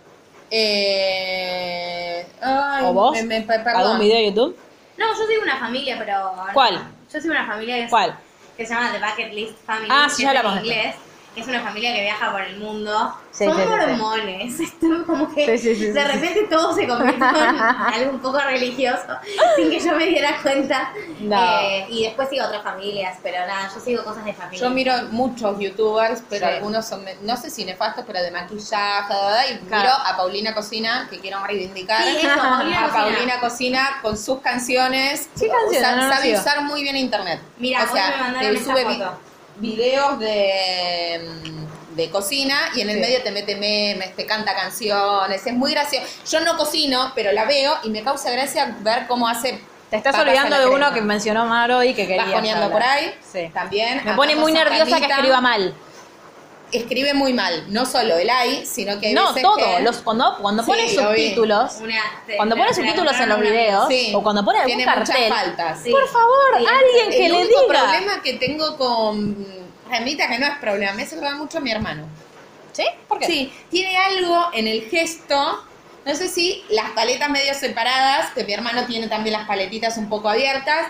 Eh, ay,
¿O vos?
me- me- pe- perdón.
¿Algún video de YouTube?
No, yo soy una familia, pero.
¿Cuál?
Yo soy una familia que es-
¿Cuál?
que se llama The Bucket List Family.
Ah,
que
sí,
es
ya
en
hablamos de
inglés. que es una familia que viaja por el mundo,
Sí,
son
sí, sí, sí.
hormones. Esto como
Sí,
que
sí, sí, sí,
de
sí.
repente todo se convirtió en algo un poco religioso, sin que yo me diera cuenta.
No.
Eh, y después sigo otras familias, pero nada, yo sigo cosas de familia.
Yo miro muchos youtubers, pero
Sí.
algunos son, de- no sé si nefastos, pero de maquillaje, ¿verdad? y
Claro.
miro a Paulina Cocina, que quiero reivindicar.
Sí, eso, Paulina
a
Cocina.
Paulina Cocina con sus canciones.
¿Qué canciones?
Usa-
No, no
sabe
sigo.
usar muy bien internet.
Mirá,
o
hoy
sea,
me mandaron
te
esta
sube vi-
foto.
videos de, mm, de cocina y en el
Sí.
medio te mete memes, te canta canciones. Es muy gracioso. Yo no cocino, pero la veo y me causa gracia ver cómo hace.
Te estás
papas a
olvidando
la
de uno
crema.
que mencionó Maro y que quería.
Bajoneando por ahí.
Sí.
También.
Me
a
pone
Tato
muy nerviosa que
Zacarita.
escriba mal.
Escribe muy mal, no solo el AI, sino que hay
No,
veces
todo.
que-
Los, cuando cuando
Sí,
pones
lo vi.
subtítulos,
Una- te-
cuando
la-
pones
la
subtítulos en los
compraron una-
videos
Sí.
o cuando pones algún
Tiene
cartel.
muchas faltas.
Sí.
Por favor,
Sí,
alguien que
el
le
único
diga.
problema que tengo con Ramita, que no es problema, me va mucho a mi hermano.
¿Sí? ¿Por qué?
Sí, tiene algo en el gesto. No sé si las paletas medio separadas, que mi hermano tiene también las paletitas un poco abiertas,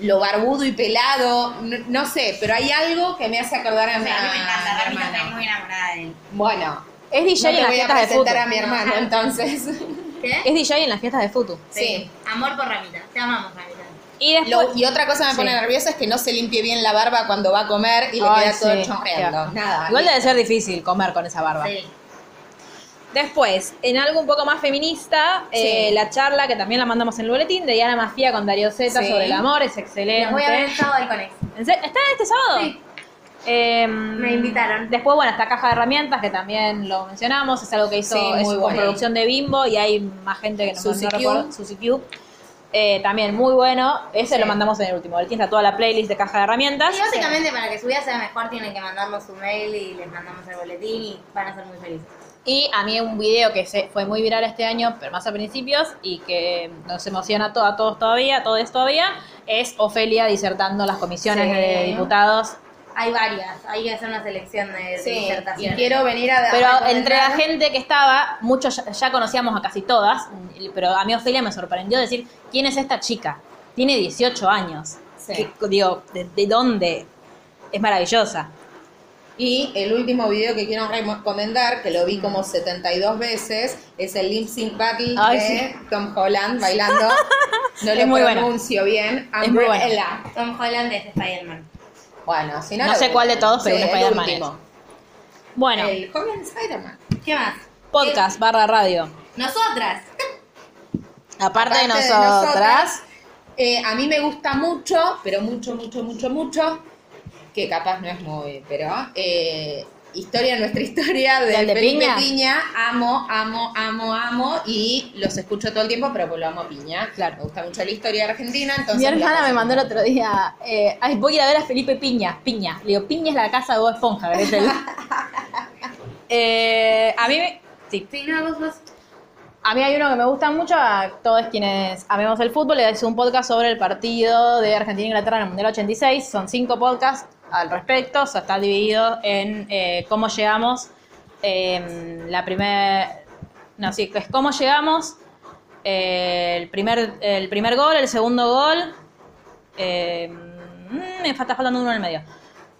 lo barbudo y pelado, no, no sé, pero hay algo que me hace acordar a
O
mi,
sea, a mí me
a mi
encanta, Ramiro, estoy
Ah, hermano.
muy enamorada de él.
Bueno,
Es DJ
no te
en las
voy a
fiestas de
presentar a
futu.
mi hermano, entonces.
¿Qué?
Es DJ en las fiestas de futu.
Sí.
Amor por Ramita, te amamos Ramita.
Y después.
Lo- y otra cosa que me pone
Sí.
nerviosa es que no se limpie bien la barba cuando va a comer y le
Ay,
queda todo
sí,
chorreando.
qué
Nada.
Igual debe ser difícil comer con esa barba.
Sí.
Después, en algo un poco más feminista,
Sí.
eh, la charla que también la mandamos en el boletín de Diana Mafía con Darío Zeta
Sí.
sobre el amor, es excelente.
Los voy a ver el sábado del Conex.
¿En serio? ¿Está este sábado?
Sí.
Eh,
Me invitaron.
Después, bueno, está Caja de Herramientas, que también lo mencionamos, es algo que hizo
Sí, muy
es
bueno.
con producción de Bimbo y hay más gente que no,
Susi
no
Q.
recuerdo. Susi Q. Eh, también muy bueno. Ese lo mandamos en el último boletín, está toda la playlist de Caja de Herramientas.
Y básicamente para que su vida sea mejor tienen que mandarnos su mail y les mandamos el boletín y van a ser muy felices.
Y a mí un video que se fue muy viral este año, pero más a principios, y que nos emociona to- a todos todavía, a todos todavía, es Ofelia disertando las comisiones
Sí.
de diputados.
Hay varias, hay que hacer una selección de, de
Sí, y
disertaciones.
quiero venir a
Pero
a
entre la
recomendar-
gente que estaba, muchos ya, ya conocíamos a casi todas, pero a mí Ofelia me sorprendió decir, ¿quién es esta chica? Tiene 18 años.
Sí.
Que- digo, ¿de, de dónde? Es maravillosa.
Y el último video que quiero recomendar, que lo vi como 72 veces, es el Lip Sync Battle
Ay,
de Tom Holland bailando. No
Es
lo
muy bueno.
pronuncio bien.
Es muy bueno.
Umbrella.
Tom Holland es Spider-Man.
Bueno, si no.
No
lo
sé
buscan.
cuál de todos, pero
Sí,
un
el
Spider-Man
último.
Bueno,
El joven Spider-Man.
¿Qué más?
podcast barra radio.
Eh, nosotras.
Aparte, de
Aparte
nosotras,
eh, a mí me gusta mucho, pero mucho, mucho, mucho, mucho, que capaz no es muy, pero eh, historia, nuestra historia de,
¿Del de
Felipe
Piña?
amo, amo, amo, amo, y los escucho todo el tiempo, pero pues lo amo a Piña. Claro. Me gusta mucho la historia argentina, entonces.
Mi hermana
la-
me mandó el otro día, eh, ay, voy a ir a ver a Felipe Piña, Piña. Le digo, Piña es la casa de Bob Esponja, ¿verdad? Eh, a mí, me- sí.
Sí, no, vos, vos.
A mí hay uno que me gusta mucho, a todos quienes amemos el fútbol, es un podcast sobre el partido de Argentina e Inglaterra en el Mundial 86. Son cinco podcasts al respecto, o sea, está dividido en eh, cómo llegamos, eh, la primer, no, sí, es cómo llegamos, eh, el, primer, el primer gol, el segundo gol, eh, mm, me fa- está faltando uno en el medio.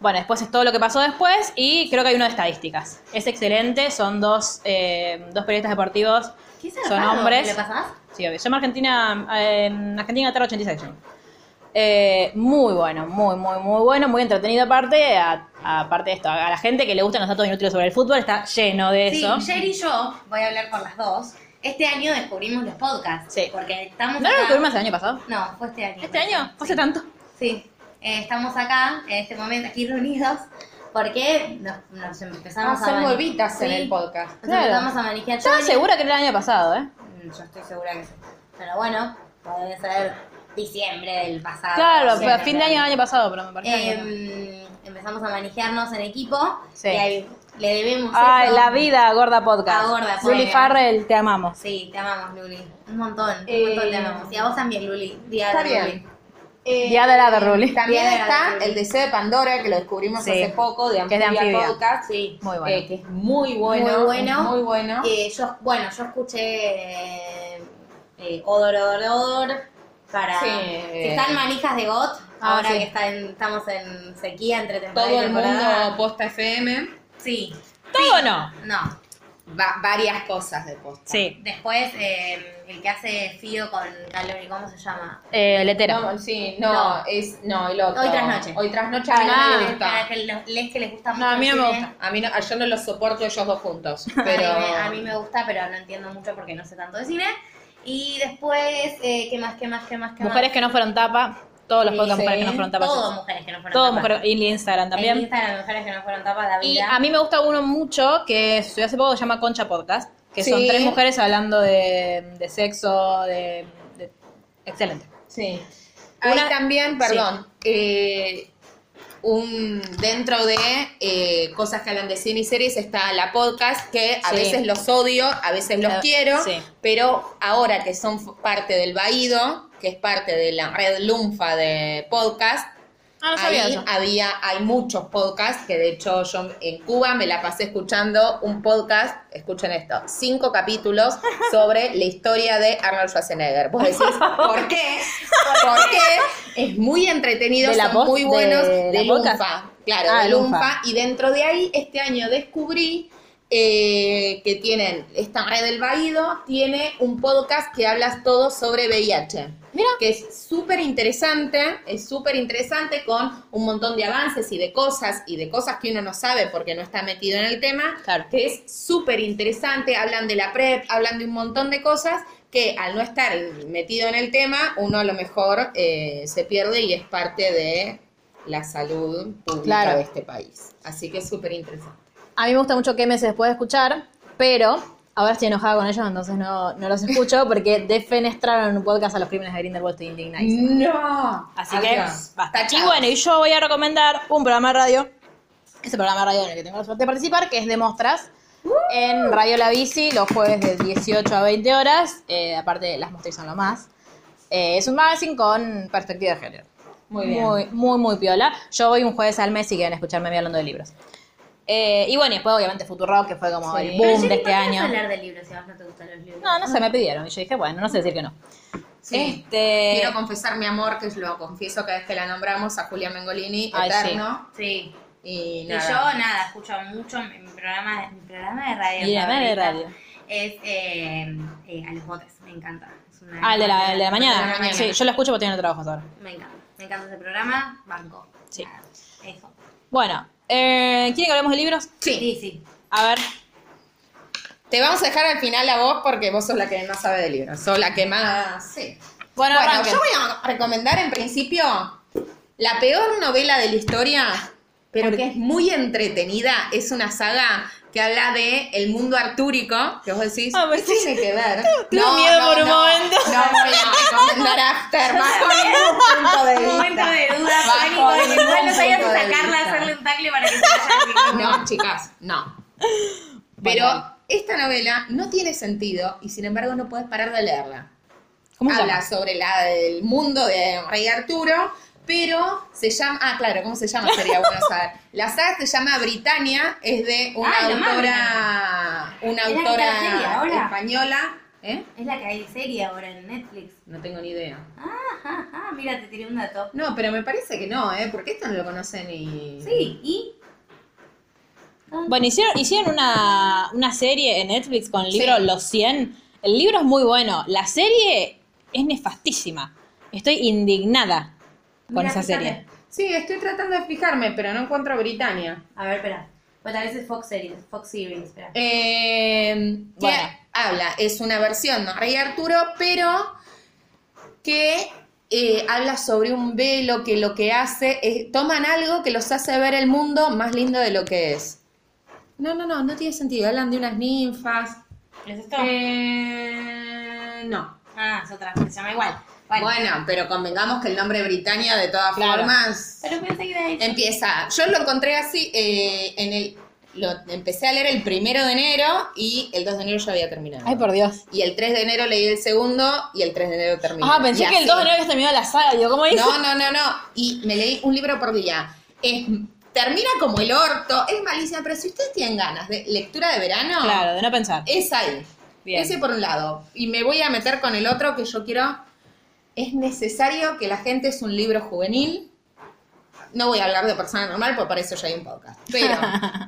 Bueno, después es todo lo que pasó después y creo que hay uno de estadísticas. Es excelente, son dos, eh, dos periodistas deportivos
¿Qué
Son
zarpado,
hombres.
¿Le pasás?
Sí, obvio. Se llama Argentina, eh, Argentina Terra 86. ¿no? Eh, muy bueno, muy, muy, muy bueno, muy entretenido aparte, a- aparte de esto, a la gente que le gustan los datos inútiles sobre el fútbol, está lleno de
Sí,
eso.
Jerry y yo, voy a hablar por las dos. Este año descubrimos los podcasts.
Sí.
Porque estamos.
¿No lo
acá-
descubrimos el año pasado?
No, fue este año.
¿Este año? ¿Fue hace tanto?
Sí, eh, estamos acá, en este momento, aquí reunidos, porque nos, nos empezamos
Vamos a
a
hacer
mani-
Ah, huevitas en
Sí,
el podcast.
Nos
Claro.
empezamos a manejar
Estaba segura que era el año pasado, ¿eh?
Yo estoy segura que sí. Pero bueno, puede ser diciembre del pasado.
Claro,
Ah, sí,
fue a
no,
fin de
no.
año del año pasado, pero me parece. que no.
Em, empezamos a manejarnos en equipo.
Sí.
Y ahí le debemos.
Ay,
eso.
la vida, gorda podcast.
A Gorda
Luli
Podcast.
Farrell, te amamos.
Sí, te amamos, Luli. Un montón, un
Eh,
montón te amamos. Y a vos también, Luli. Día
Está
de
bien.
Luli.
Día de la de Ruli.
También
Bien,
está
Adri.
el deseo de Pandora, que lo descubrimos
Sí.
hace poco, de
Que es de
Amphibia,
Amphibia.
Podcast.
Sí.
Muy bueno.
eh, que es muy bueno.
Muy bueno.
Muy bueno.
Eh, yo, bueno, yo escuché eh, eh, Odor, Odor, Odor para...
Sí.
Si están manijas de GOT,
Ah,
ahora
sí.
que está en- estamos en sequía entre temporada
Todo
y
el
temporada.
mundo posta FM.
Sí,
¿Todo o no?
no.
Va- varias cosas de posta.
Sí.
Después, eh, el que hace Fío con Calori, ¿cómo se llama?
Eh, letera.
No, sí, no,
No.
es, no, el otro.
Hoy eh, tras noche.
Hoy tras noche
Ah,
Para
a nadie
los-
le gusta.
para Ah, que los- les que les gusta mucho
a mí no
el
me
cine.
gusta.
A mí no, a yo no los soporto ellos dos juntos,
A,
pero...
mí, me- a mí me gusta, pero no entiendo mucho porque no sé tanto de cine. Y después, eh, ¿qué más, qué más, qué más, qué
Mujeres que no fueron tapa. Todos los
Sí,
podcasts mujeres
sí.
que no fueron
más?
tapa.
Todo mujeres que no fueron
Todo
tapas.
mujer. Y Instagram
En
también.
Instagram, mujeres que no fueron tapas, David.
Y a mí me gusta uno mucho que subió hace poco que se llama Concha Podcast. Que son
Sí.
tres mujeres hablando de, de sexo, de, de- Excelente.
Sí.
Una-
Hay también, perdón, eh, un dentro de eh, cosas que hablan de cine y series está la podcast, que a
Sí.
veces los odio, a veces los
Ah,
quiero,
sí.
pero ahora que son f- parte del Baído, que es parte de la red Lunfa de podcast,
Ah, no sabía
Ahí
eso.
había, hay muchos podcasts que de hecho yo en Cuba me la pasé escuchando un podcast, escuchen esto, cinco capítulos sobre la historia de Arnold Schwarzenegger. Vos decís, ¿por qué? ¿Por qué? Es muy entretenido,
¿De la
son
voz
muy
de
buenos, de,
la
Lunfa,
podcast?
claro,
Ah,
de
Lunfa.
Lunfa. Y dentro de ahí, este año descubrí eh, que tienen, esta red del Baído tiene un podcast que hablas todo sobre VIH que es súper interesante, es súper interesante con un montón de avances y de cosas y de cosas que uno no sabe porque no está metido en el tema,
Claro.
que es súper interesante, hablan de la PrEP, hablan de un montón de cosas que al no estar metido en el tema, uno a lo mejor eh, se pierde y es parte de la salud pública
Claro.
de este país. Así que es súper interesante.
A mí me gusta mucho qué meses después de escuchar, pero ahora estoy enojada con ellos, entonces no, no los escucho porque defenestraron un podcast a los crímenes de Grindelwald y Indignice.
¡No!
Así que basta. Y bueno, y yo voy a recomendar un programa de radio, ese programa de radio en el que tengo la suerte de participar, que es de Mostras, en Radio La Bici, los jueves de 18 a 20 horas. Eh, aparte, las mostras son lo más. Eh, es un magazine con perspectiva de género.
Muy bien.
Muy, muy, muy piola. Yo voy un jueves al mes si quieren escucharme a mí hablando de libros. Eh, y bueno, y después obviamente Futuro que fue como
Sí.
el
Pero,
boom
Jenny,
de
¿por
este
qué vas a
año.
hablar de libros si a vos no te gustan los libros?
No, no sé, me pidieron. Y yo dije, bueno, no sé decir que no.
Sí.
Este,
Quiero confesar mi amor, que lo confieso cada vez que la nombramos a Julia Mengolini,
Ay, sí.
eterno.
Sí.
Y
Y yo,
nada.
nada, escucho mucho mi mi programa de, mi programa de radio.
Mi programa de
favorito
radio.
Es eh, eh, A los botes, me encanta. Es una-
Ah, el de la, el de la mañana.
de la mañana.
Sí, yo lo escucho porque estoy en el trabajo ahora.
Me encanta, me encanta ese programa, banco.
Sí.
Nada, Eso.
Bueno, eh, ¿quieren que hablemos de libros?
Sí.
Sí, sí.
A ver,
Te vamos a dejar al final a vos porque vos sos la que más sabe de libros. Sos la que más. Ah, Sí.
bueno,
Bueno,
arranquen.
yo voy a recomendar en principio la peor novela de la historia, pero que es muy entretenida. Es una saga que habla de el mundo artúrico, que vos decís,
Ah,
¿qué
pues sí.
tiene que ver?
tengo miedo por un
no,
momento.
No voy a recomendar After bajo ningún punto de
Un
vista.
momento de duda,
Bajo
pánico, de
ningún
igual no sabías
punto de
sacarla,
vista.
hacerle un tacle para que se vaya al
No, chicas, no. Pero esta novela no tiene sentido y sin embargo no puedes parar de leerla.
¿Cómo se
Habla
llama?
sobre la, el mundo de Rey Arturo, pero se llama. Ah, claro, ¿cómo se llama? Sería bueno saber. La saga se llama Britannia, es de una
Ay, lo más
autora, una
Es la que está la serie ahora.
autora española. ¿Eh?
Es la que hay serie ahora en Netflix.
No tengo ni idea.
Ajá, ajá, mira, te tiré un dato.
No, pero me parece que no, ¿eh? Porque esto no lo conoce ni.
Sí, y
Bueno, hicieron, hicieron una, una serie en Netflix con el libro
Sí.
Los 100. El libro es muy bueno. La serie es nefastísima. Estoy indignada con
Mira,
esa
fíjate.
serie.
Sí, estoy tratando de fijarme, pero no encuentro Britannia.
A ver, espera. Pues tal vez es Fox Series, Fox Series, espera.
Eh, que
Bueno.
habla, es una versión de Rey Arturo, pero que eh, habla sobre un velo que lo que hace es, toman algo que los hace ver el mundo más lindo de lo que es. No, no, no, no tiene sentido. Hablan de unas ninfas.
¿Es esto?
Eh, no.
Ah, es otra, se llama igual. Bueno,
Bueno, pero convengamos que el nombre Britannia de todas
Claro.
formas
pero pensé que era eso.
Empieza, yo lo encontré así, eh, en el, lo empecé a leer el primero de enero y el 2 de enero ya había terminado.
Ay, por Dios.
Y el 3 de enero leí el segundo y el 3 de enero terminé.
Ah, pensé
Y
que el
así.
2 de enero habías terminado la saga. Digo, ¿cómo hizo?
No, no, no, no. Y me leí un libro por día. Es, termina como el orto, es malísima, pero si ustedes tienen ganas de lectura de verano,
Claro, de no pensar.
es ahí.
Bien.
Ese por un lado. Y me voy a meter con el otro que yo quiero. Es necesario que la gente es un libro juvenil. no voy a hablar de persona normal, porque para eso ya hay un podcast. Pero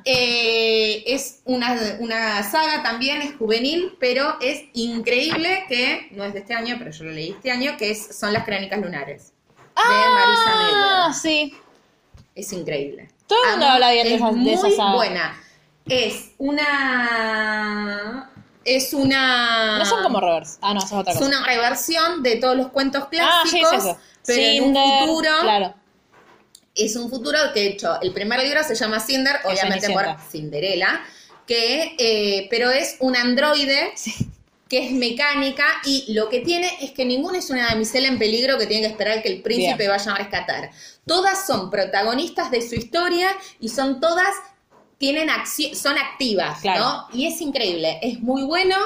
eh, es una, una saga también, es juvenil, pero es increíble que, no es de este año, pero yo lo leí este año, que es, son las Crónicas Lunares. de Marisa Miller.
Ah, sí.
Es increíble.
Todo el mundo
Amo,
habla bien de
es
esa- de
muy
esa saga.
buena. Es una... Es una...
No son como Reverse. Ah, no, eso es otra
Es
cosa.
una reversión de todos los cuentos
Ah, sí,
clásicos,
es eso.
pero en
Cinder,
un futuro...
Claro.
Es un futuro que, de hecho, el primer libro se llama Cinder, obviamente por
Cenicienta.
Cinderella, que, eh, pero es un androide que es mecánica y lo que tiene es que ninguna es una damisela en peligro que tiene que esperar que el príncipe
Bien.
vaya a rescatar. Todas son protagonistas de su historia y son todas, tienen acci- son activas,
Claro.
¿no? Y es increíble, es muy bueno,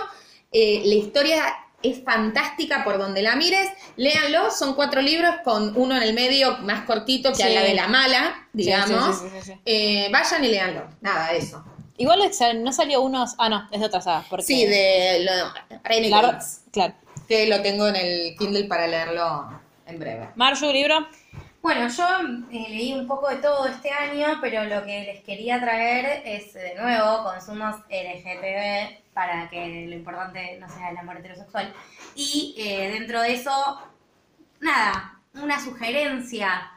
eh, la historia es fantástica por donde la mires, léanlo, son cuatro libros con uno en el medio más cortito que
Sí.
habla de la mala,
Sí,
digamos.
sí, sí, sí, sí.
Eh, vayan y léanlo, nada, eso.
Igual es- no salió uno. Ah, no, es de otra saga. Porque
Sí, de lo,
la-
Renegades,
Claro.
que lo tengo en el Kindle para leerlo en breve.
Marju, libro.
Bueno, yo eh, leí un poco de todo este año, pero lo que les quería traer es, de nuevo, consumos LGTB para que lo importante no sea el amor heterosexual. Y eh, dentro de eso, nada, una sugerencia.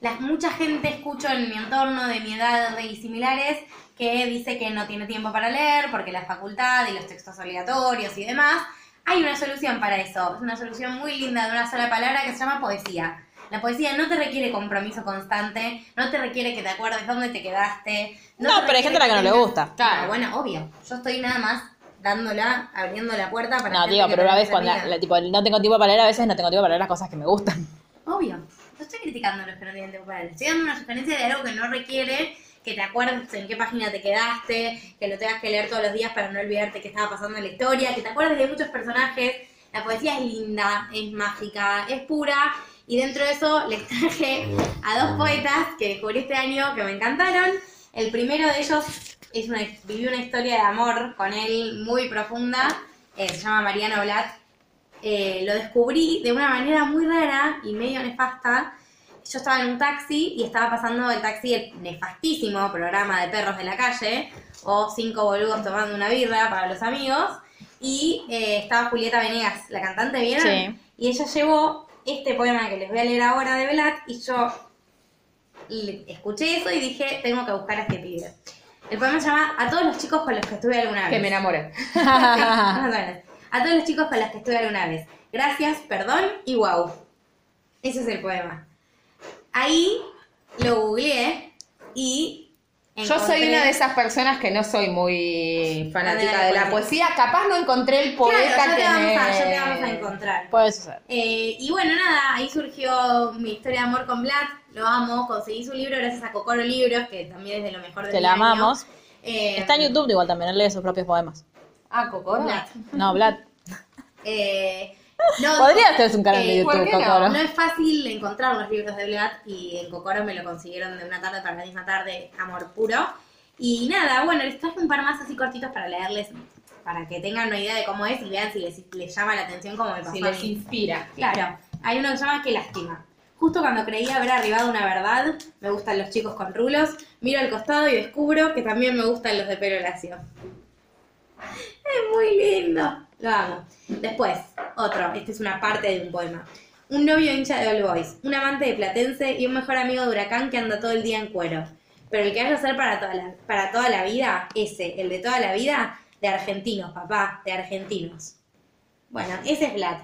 Las, mucha gente escucho en mi entorno, de mi edad y similares, que dice que no tiene tiempo para leer porque la facultad y los textos obligatorios y demás. Hay una solución para eso. Es una solución muy linda de una sola palabra que se llama poesía. La poesía no te requiere compromiso constante, no te requiere que te acuerdes dónde te quedaste.
No, pero
te
hay
requiere
gente a la que no le
tengas-
gusta.
Claro, bueno, obvio. Yo estoy nada más dándola, abriendo la puerta para.
No,
gente
digo,
que
pero una vez
se
cuando
ría.
la- tipo, no tengo tiempo para leer, a veces no tengo tiempo para leer las cosas que me gustan.
Obvio. No estoy criticando a los que no tienen tiempo para leer. Estoy dando una sugerencia de algo que no requiere que te acuerdes en qué página te quedaste, que lo tengas que leer todos los días para no olvidarte qué estaba pasando en la historia, que te acuerdes de muchos personajes. La poesía es linda, es mágica, es pura. Y dentro de eso les traje a dos poetas que descubrí este año que me encantaron. El primero de ellos es una, viví una historia de amor con él muy profunda. eh, se llama Mariano Blatt eh, lo descubrí de una manera muy rara y medio nefasta. Yo estaba en un taxi y estaba pasando el taxi el nefastísimo programa de perros de la calle o cinco boludos tomando una birra para los amigos y eh, estaba Julieta Venegas, la cantante, ¿vieron?
Sí.
Y ella llevó este poema que les voy a leer ahora de Velat y yo le- escuché eso y dije, tengo que buscar a este pibe. El poema se llama A todos los chicos con los que estuve alguna vez.
Que me enamoré.
Más o menos. A todos los chicos con los que estuve alguna vez. Gracias, perdón y wow. Ese es el poema. Ahí lo googleé y.
Yo soy
encontré-
una de esas personas que no soy muy fanática de la poesía.
poesía.
Capaz no encontré el
Claro,
poeta
ya te,
que
vamos a,
me-
ya te vamos a encontrar.
Puede suceder.
Eh, y bueno, nada, ahí surgió mi historia de amor con Vlad. Lo amo, conseguí su libro gracias a Cocoro Libros, que también es de lo mejor de
Te la amamos.
Eh,
Está en YouTube igual también, él lee sus propios poemas.
Ah, Cocoro.
Vlad.
No, Vlad.
Eh, no,
Podría hacerse un canal de
Eh, ¿por
YouTube,
qué no?
Cocoro.
No es fácil encontrar los libros de Vlad y en Cocoro me lo consiguieron de una tarde para la misma tarde, amor puro. Y nada, bueno, les traje un par más así cortitos para leerles, para que tengan una idea de cómo es y vean si les, les llama la atención como me pasó
Si
a
les
mí.
inspira.
Claro, hay uno que se llama Qué lástima. Justo cuando creía haber arribado a una verdad, me gustan los chicos con rulos, miro al costado y descubro que también me gustan los de pelo lacio. Es muy lindo. Lo amo. Después, otro. Esta es una parte de un poema. Un novio hincha de All Boys, un amante de Platense y un mejor amigo de Huracán que anda todo el día en cuero. Pero el que vaya a ser para toda la, para toda la vida, ese, el de toda la vida, de argentinos, papá, de argentinos. Bueno, ese es Vlad.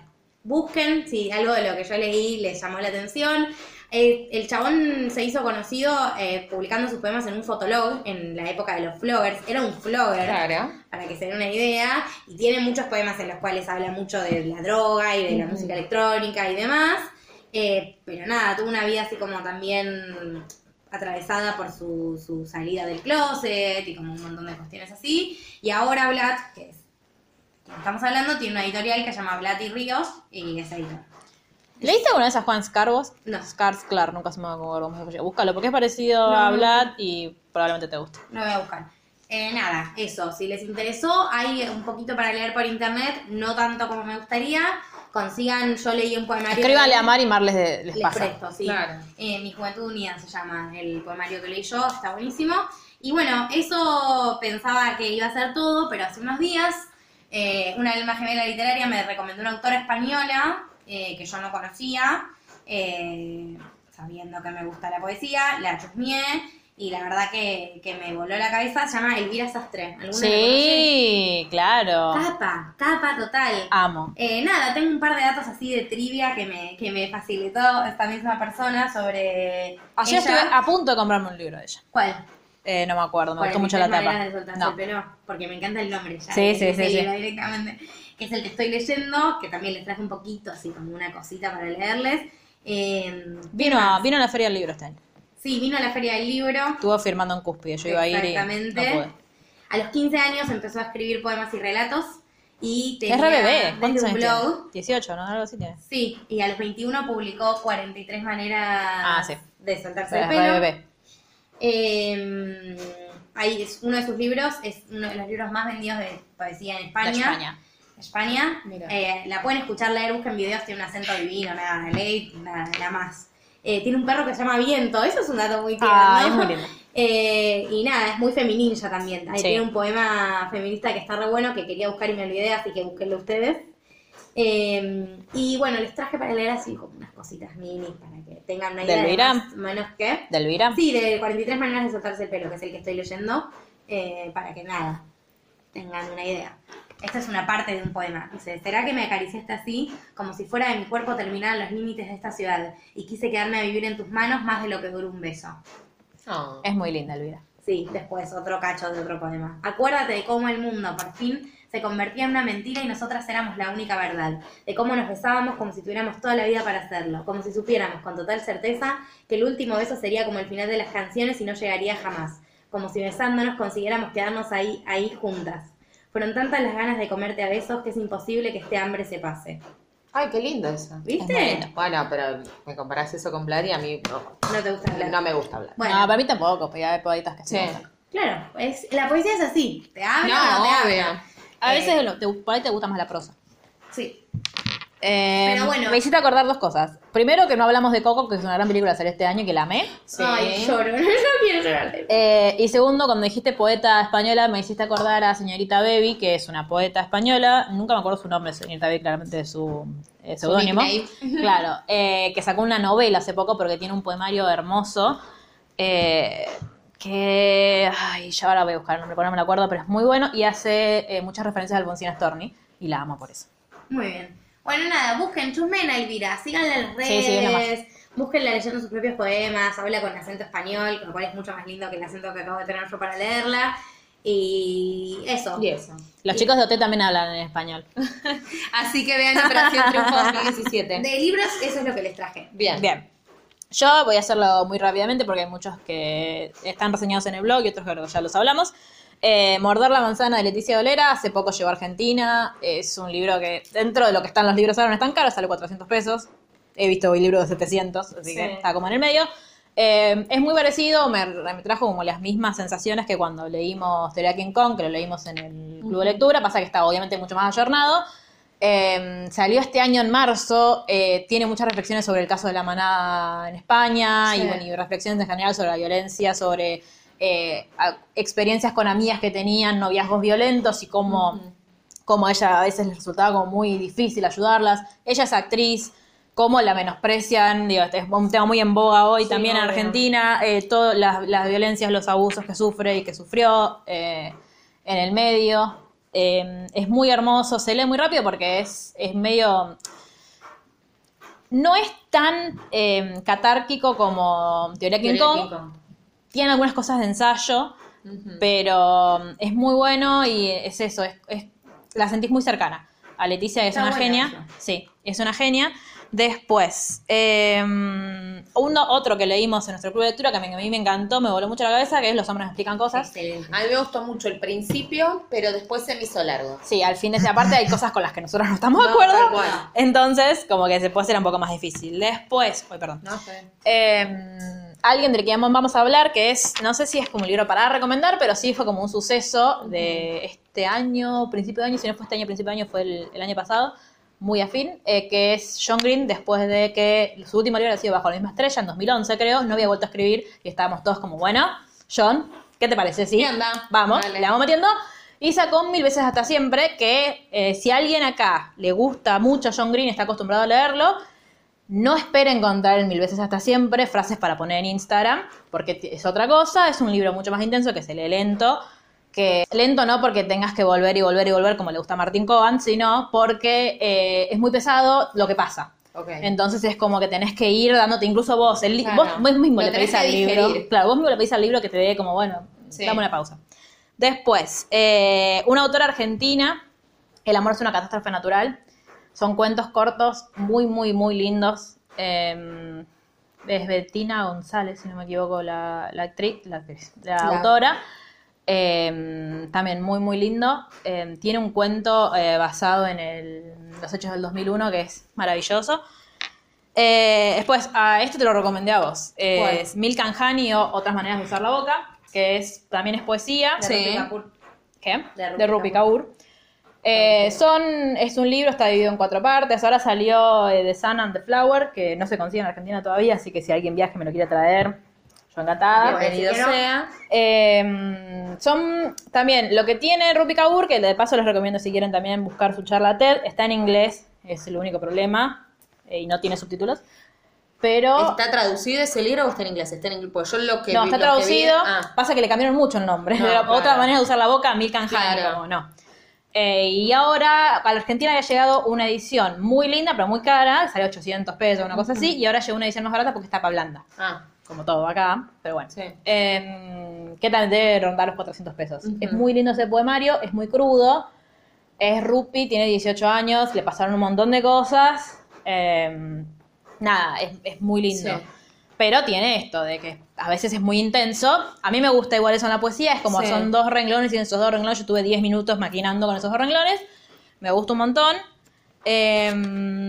Busquen si algo de lo que yo leí les llamó la atención. Eh, el chabón se hizo conocido eh, publicando sus poemas en un fotolog en la época de los floggers. Era un flogger
Claro.
para que se den una idea, y tiene muchos poemas en los cuales habla mucho de la droga y de la música electrónica y demás, Eh, pero nada, tuvo una vida así como también atravesada por su, su salida del closet y como un montón de cuestiones así, y ahora Vlad, que es quien estamos hablando, tiene una editorial que se llama Vlad y Ríos, y es editor.
¿Leíste alguna vez a Juan Scarvos?
No.
Scars, claro, nunca se me acuerdo cómo se llama. Búscalo, porque es parecido a Vlad y probablemente te guste.
lo voy a buscar. Eh, nada, eso, si les interesó, hay un poquito para leer por internet, no tanto como me gustaría, consigan, yo leí un poemario.
Escríbanle a Mar y Mar les, de- les
Les
pasa.
presto, sí.
Claro.
Eh, Mi Juventud Unida se llama el poemario que leí yo, está buenísimo. Y bueno, eso pensaba que iba a ser todo, pero hace unos días eh, una alma gemela literaria me recomendó una autora española eh, que yo no conocía, eh, sabiendo que me gusta la poesía, la chusmié y la verdad que, que me voló la cabeza, se llama Elvira Sastre. ¿Alguna la
Sí, claro.
conoce? Capa, capa total.
Amo.
Eh, nada, tengo un par de datos así de trivia que me, que me facilitó esta misma persona sobre.
Ayer
ella. Ah,
estuve a punto de comprarme un libro de ella.
¿Cuál?
Eh, no me acuerdo, me
¿Cuál?
gustó mucho la
23
tapa.
maneras de soltarse
No.
el pelo, porque me encanta el nombre ya. eh,
Sí,
de-
sí,
de ese
sí, sí.
libro directamente, que es el que estoy leyendo, que también les traje un poquito, así como una cosita para leerles. Eh,
Vino a, vino a la feria del libro este año.
sí, vino a la Feria del Libro.
Estuvo firmando en cúspide, yo iba a ir y no
Exactamente.
pude.
A los 15 años empezó a escribir poemas y relatos. Y tenía
es re bebé, ¿cuántos
desde un
años
blog.
tiene? 18, ¿no? Algo así tiene.
Sí, y a los 21 publicó 43 maneras
Ah, sí.
de soltarse
Es
el
re
pelo.
bebé.
Eh, ahí es uno de sus libros, es uno de los libros más vendidos de poesía en España.
De España.
España.
Mira.
Eh, la pueden escuchar leer, busquen videos, tiene un acento divino, nada de ley, nada, nada más. Eh, tiene un perro que se llama Viento, eso es un dato muy tierno.
Ah, es muy lindo.
Eh, y nada, es muy femininja también. Ahí
Sí.
tiene un poema feminista que está re bueno, que quería buscar y me olvidé, así que búsquenlo ustedes. Eh, y bueno, les traje para leer así como unas cositas mini para que tengan una
¿De
idea de
Elvira?
más o menos que...
¿De Elvira?
Sí, de 43 maneras de soltarse el pelo, que es el que estoy leyendo, eh, para que nada, tengan una idea. Esta es una parte de un poema. Dice, ¿será que me acariciaste así? Como si fuera de mi cuerpo terminaran los límites de esta ciudad y quise quedarme a vivir en tus manos más de lo que duró un beso.
Oh.
Es muy linda Elvira.
Sí, después otro cacho de otro poema. Acuérdate de cómo el mundo por fin se convertía en una mentira y nosotras éramos la única verdad. De cómo nos besábamos como si tuviéramos toda la vida para hacerlo. Como si supiéramos con total certeza que el último beso sería como el final de las canciones y no llegaría jamás. Como si besándonos consiguiéramos quedarnos ahí, ahí juntas. Fueron tantas las ganas de comerte a besos que es imposible que este hambre se pase.
Ay, qué lindo eso.
¿Viste?
Bueno, pero me comparás eso con Vlad y a mí no,
No te gusta hablar.
no me gusta hablar.
Bueno,
No, para mí tampoco, pero ya hay poetas que sí.
Sí.
me gustan.
claro, es, la poesía es así. Te habla o no te habla.
obvio.
A
Eh.
veces lo- te- por ahí te gusta más la prosa.
Sí.
Eh,
Pero bueno.
Me hiciste acordar dos cosas. Primero, que no hablamos de Coco, que es una gran película de hacer este año y que la amé.
Ay, lloro. No quiero llorar.
Eh, y segundo, cuando dijiste poeta española, me hiciste acordar a señorita Baby, que es una poeta española. Nunca me acuerdo su nombre, señorita Baby, claramente de su eh, seudónimo. Claro, eh, que sacó una novela hace poco porque tiene un poemario hermoso. eh, que. Ay, ya ahora voy a buscar el nombre, porque no me lo acuerdo, pero es muy bueno y hace eh, muchas referencias a Alfonsina Storni y la amo por eso.
Muy bien. Bueno, nada, busquen, chusmen a Elvira, síganla en las
Sí, sí, viene
redes, búsquenla leyendo sus propios poemas, habla con acento español, lo cual es mucho más lindo que el acento que acabo de tener yo para leerla. Y eso.
Y eso.
Los chicos de OT también hablan en español.
Así que vean Operación Triunfo 2017.
De libros, eso es lo que les traje.
Bien.
Bien. Yo voy a hacerlo muy rápidamente porque hay muchos que están reseñados en el blog y otros que ya los hablamos. Eh, Morder la manzana de Leticia Dolera, hace poco llegó a Argentina. Es un libro que, dentro de lo que están los libros ahora, no están caros, sale 400 pesos. He visto hoy libros de 700, así que está como en el medio. Eh, es muy parecido, me, me trajo como las mismas sensaciones que cuando leímos Teoría King Kong, que lo leímos en el Club de Lectura. Pasa que está obviamente mucho más ayornado. Eh, salió este año en marzo, eh, tiene muchas reflexiones sobre el caso de la manada en España y, bueno, y reflexiones en general sobre la violencia, sobre eh, a- experiencias con amigas que tenían noviazgos violentos y cómo, cómo a ella a veces les resultaba como muy difícil ayudarlas. Ella es actriz, cómo la menosprecian, digo, este es un tema muy en boga hoy también en Argentina, eh, todas las, las violencias, los abusos que sufre y que sufrió. eh, en el medio. Eh, es muy hermoso, se lee muy rápido porque es, es medio... No es tan eh, catárquico como Teoría King Kong. Tiene algunas cosas de ensayo, pero mm, es muy bueno y es eso, es, es- la sentís muy cercana. A Leticia, que es
Está
una
bueno
genia.
eso.
Sí, es una genia. Después, eh, uno, otro que leímos en nuestro club de lectura que a mí, que a mí me encantó, me voló mucho la cabeza, que es Los hombres me explican cosas.
Excelente.
A mí me gustó mucho el principio, pero después se me hizo largo.
Sí, al fin de esa parte hay cosas con las que nosotros no estamos de
No,
acuerdo.
tal cual.
Entonces, como que se puede hacer un poco más difícil. Después, uy, perdón.
No sé.
Eh, alguien del que vamos a hablar, que es, no sé si es como un libro para recomendar, pero sí fue como un suceso de este año, principio de año, si no fue este año, principio de año, fue el, el año pasado, muy afín, eh, que es John Green, después de que su último libro ha sido Bajo la misma estrella, en 2011 creo, no había vuelto a escribir y estábamos todos como, bueno, John, ¿qué te parece? Sí,
¿Qué onda?
vamos,
Dale.
le vamos metiendo. Y sacó Mil veces hasta siempre, que eh, si a alguien acá le gusta mucho John Green, está acostumbrado a leerlo, no esperen encontrar el Mil veces hasta siempre frases para poner en Instagram, porque t- es otra cosa, es un libro mucho más intenso que se lee lento, que lento no porque tengas que volver y volver y volver como le gusta a Martín Coban, sino porque eh, es muy pesado lo que pasa.
Ok.
Entonces es como que tenés que ir dándote, incluso vos, el li-
Claro.
vos, vos mismo
Lo
le
tenés
pedís al
que digerir.
libro. Claro, vos mismo le pedís al libro que te dé como, bueno,
Sí.
dame una pausa. Después, eh, una autora argentina, El amor es una catástrofe natural. Son cuentos cortos, muy, muy, muy lindos. Eh, es Bettina González, si no me equivoco, la, la actriz, la, actriz, la
La-
autora. Eh, también muy, muy lindo. Eh, tiene un cuento eh, basado en el- los hechos del 2001 que es maravilloso. Eh, después, a este te lo recomendé a vos.
¿Cuál?
Es Milk and Honey o Otras Maneras de Usar la Boca, que es también es poesía.
De
Sí.
Rupi Kapoor.
¿Qué?
De Rupi
De Rupi Kaur. Eh, son, es un libro, está dividido en cuatro partes. Ahora salió eh, The Sun and the Flower, que no se consigue en Argentina todavía, así que si alguien viaje me lo quiere traer, yo encantada.
Bueno,
Bienvenido
si quiero-
sea.
Eh, son también lo que tiene Rupi Kaur, que de paso les recomiendo si quieren también buscar su charla TED, está en inglés, es el único problema, eh, y no tiene subtítulos. Pero
¿Está traducido ese libro o está en inglés? Está en inglés. Pues yo lo que
no, está
vi- lo que vi-
traducido.
ah,
Pasa que le cambiaron mucho el nombre.
No,
Era
claro.
Otra manera de usar la boca, Milk and Honey,
Claro.
como no. Eh, y ahora a la Argentina había llegado una edición muy linda, pero muy cara, salió 800 pesos, una cosa así, y ahora llegó una edición más barata porque está para blanda,
ah,
como todo acá, pero bueno.
Sí.
Eh, que tal debe rondar los 400 pesos. Es muy lindo ese poemario, es muy crudo, es Rupi, tiene 18 años, le pasaron un montón de cosas. eh, nada, es, es muy lindo.
Sí.
Pero tiene esto de que a veces es muy intenso. A mí me gusta igual eso en la poesía, es como
Sí.
son dos renglones y en esos dos renglones yo tuve 10 minutos maquinando con esos dos renglones. Me gusta un montón. Eh,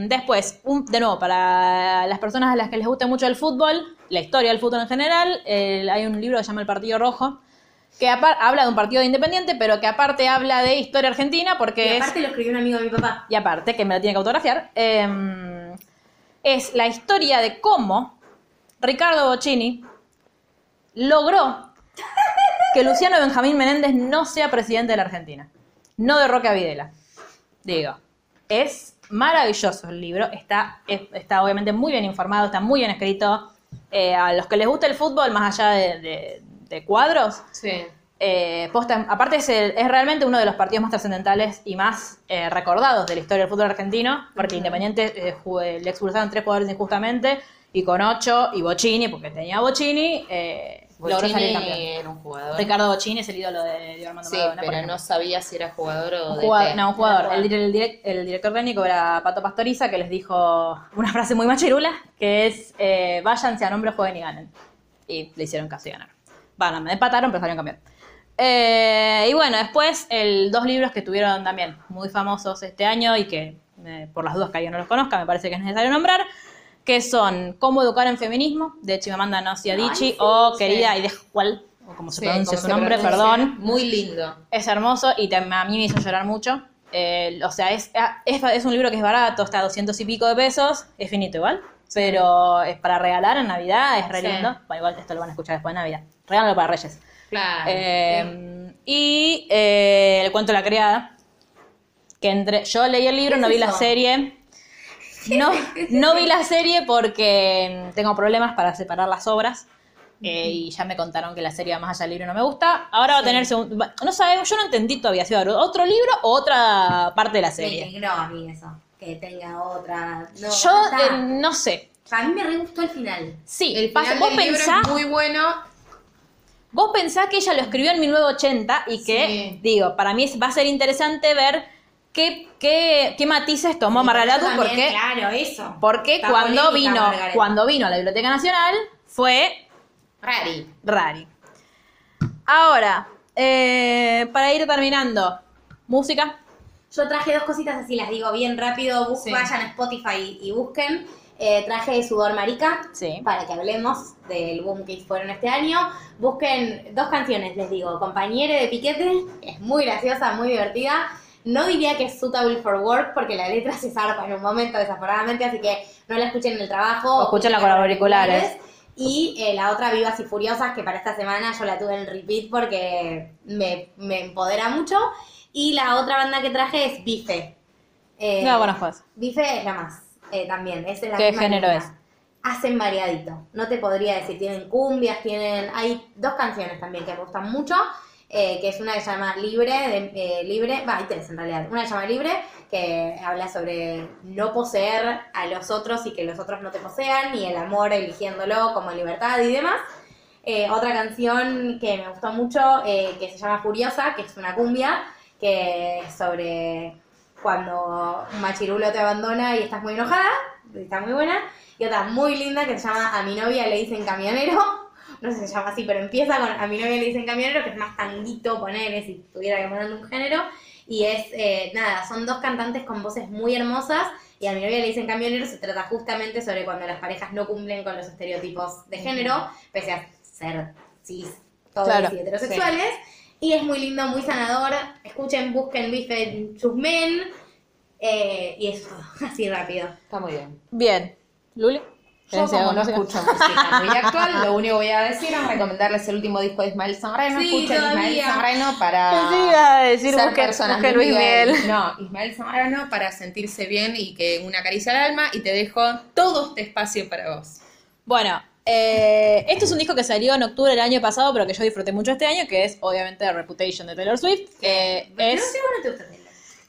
después, un- de nuevo, para las personas a las que les gusta mucho el fútbol, la historia del fútbol en general, el- hay un libro que se llama El Partido Rojo, que apar- habla de un partido de independiente, pero que aparte habla de historia argentina porque
Y
es
aparte lo escribió un amigo de mi papá.
y aparte que me la tiene que autografiar, eh, es la historia de cómo Ricardo Bocchini logró que Luciano Benjamín Menéndez no sea presidente de la Argentina, no de Roca Videla. Digo, es maravilloso el libro, está, es- está obviamente muy bien informado, está muy bien escrito. Eh, a los que les gusta el fútbol, más allá de- de- de cuadros,
sí.
eh, posta- aparte es, el- es realmente uno de los partidos más trascendentales y más eh, recordados de la historia del fútbol argentino, porque Independiente eh, jugó- le expulsaron tres jugadores injustamente, y con ocho, y Bocini, porque tenía Bocini, eh, logró salir
Bocini
campeón.
era un jugador.
Ricardo Bocini es el ídolo de Diego Armando
sí,
Maradona, por
pero
ejemplo.
no sabía si era jugador o
Un
de
jugador, no, un jugador. El, dir- el direc- el director técnico era Pato Pastoriza, que les dijo una frase muy machirula, que es, eh, váyanse a nombre, jueguen y ganen. Y le hicieron caso y ganaron. Bueno, me empataron, pero salieron campeón. Eh, y bueno, después el, dos libros que tuvieron también muy famosos este año y que eh, por las dudas que alguien no los conozca, me parece que es necesario nombrar, que son Cómo educar en feminismo, de Chimamanda Ngozi Adichie, o Querida y de cual, o como se pronuncia su nombre, perdón.
Muy lindo.
Es hermoso y te- a mí me hizo llorar mucho. Eh, o sea, es, es, es un libro que es barato, está a 200 y pico de pesos, es finito igual, pero es para regalar en Navidad, es re
Sí.
lindo. Bueno, igual esto lo van a escuchar después de Navidad. Regálalo para Reyes.
Claro.
Eh, Y eh, el cuento de la criada, que entre yo leí el libro,
¿Qué
no
es
vi la
eso?
serie. No, no vi la serie porque em, tengo problemas para separar las obras. eh, y ya me contaron que la serie va más allá del libro no me gusta. Ahora va a tener segun- va- No sabemos, yo no entendí todavía si va a haber otro libro o otra parte de la
Me
serie.
alegró a mí eso. Que tenga otra.
yo
No, ya está.
eh, no sé.
A mí me re gustó el final.
Sí,
el
pasa-
final
vos
del libro
pensás
es muy bueno.
Vos pensás que ella lo escribió en 1980 y que,
Sí.
digo, para mí es- va a ser interesante ver qué, qué, qué matices tomó Margalatu
Yo también,
porque,
Claro, eso.
porque
Está
cuando,
polémica,
vino,
Margaret.
cuando vino a la Biblioteca Nacional fue
Rari.
Rari. Ahora, eh, para ir terminando, música.
Yo traje dos cositas así, las digo bien rápido. bus-
Sí.
Vayan a Spotify y, y busquen. Eh, traje Sudor Marica.
Sí.
Para que hablemos del boom que fueron este año. Busquen dos canciones, les digo. Compañere de Piquete. Es muy graciosa, muy divertida. No diría que es suitable for work porque la letra se zarpa en un momento, desaforadamente, así que no la escuchen en el trabajo.
O escúchenla con auriculares.
Y eh, la otra, Vivas y Furiosas, que para esta semana yo la tuve en repeat porque me, me empodera mucho. Y la otra banda que traje es Bife. Eh,
No, bueno, pues.
Bife es la más, eh, también. Es de la
¿Qué
misma
género
línea.
es?
Hacen variadito. No te podría decir, tienen cumbias, tienen... Hay dos canciones también que me gustan mucho, eh, que es una que se llama Libre, de, eh, Libre, va, hay tres en realidad. Una que se llama Libre, que habla sobre no poseer a los otros y que los otros no te posean, y el amor eligiéndolo como libertad y demás. Eh, otra canción que me gustó mucho, eh, que se llama Furiosa, que es una cumbia, que es sobre cuando un machirulo te abandona y estás muy enojada, está muy buena. Y otra muy linda que se llama A mi novia le dicen camionero, no sé si se llama así, pero empieza con A mi novia le dicen camionero, que es más tanguito, ponerle si tuviera que ponerle un género. Y es, eh, nada, son dos cantantes con voces muy hermosas. Y a mi novia le dicen camionero, se trata justamente sobre cuando las parejas no cumplen con los estereotipos de género, pese a ser cis, todos
Claro,
y heterosexuales. Y es muy lindo, muy sanador. Escuchen, busquen Bife Chusmen. Eh, y eso, así rápido.
Está muy bien.
Bien. ¿Luli?
Yo
¿Tenés algo
como no
música?
escucho música muy actual, lo único que voy a decir es recomendarles el último disco de Ismael Sanreno.
Sí,
Escuchen Ismael
todavía.
Sanreno
Pensé que
para
iba a decir
ser
busquen-
personas
busquen
de
Luis Miguel.
No, Ismael Sanreno para sentirse bien y que una caricia al alma y te dejo todo este espacio para vos.
Bueno, eh, esto es un disco que salió en octubre del año pasado, pero que yo disfruté mucho este año, que es obviamente Reputation de Taylor Swift. que
No
es,
sé, vos no te gusta Taylor.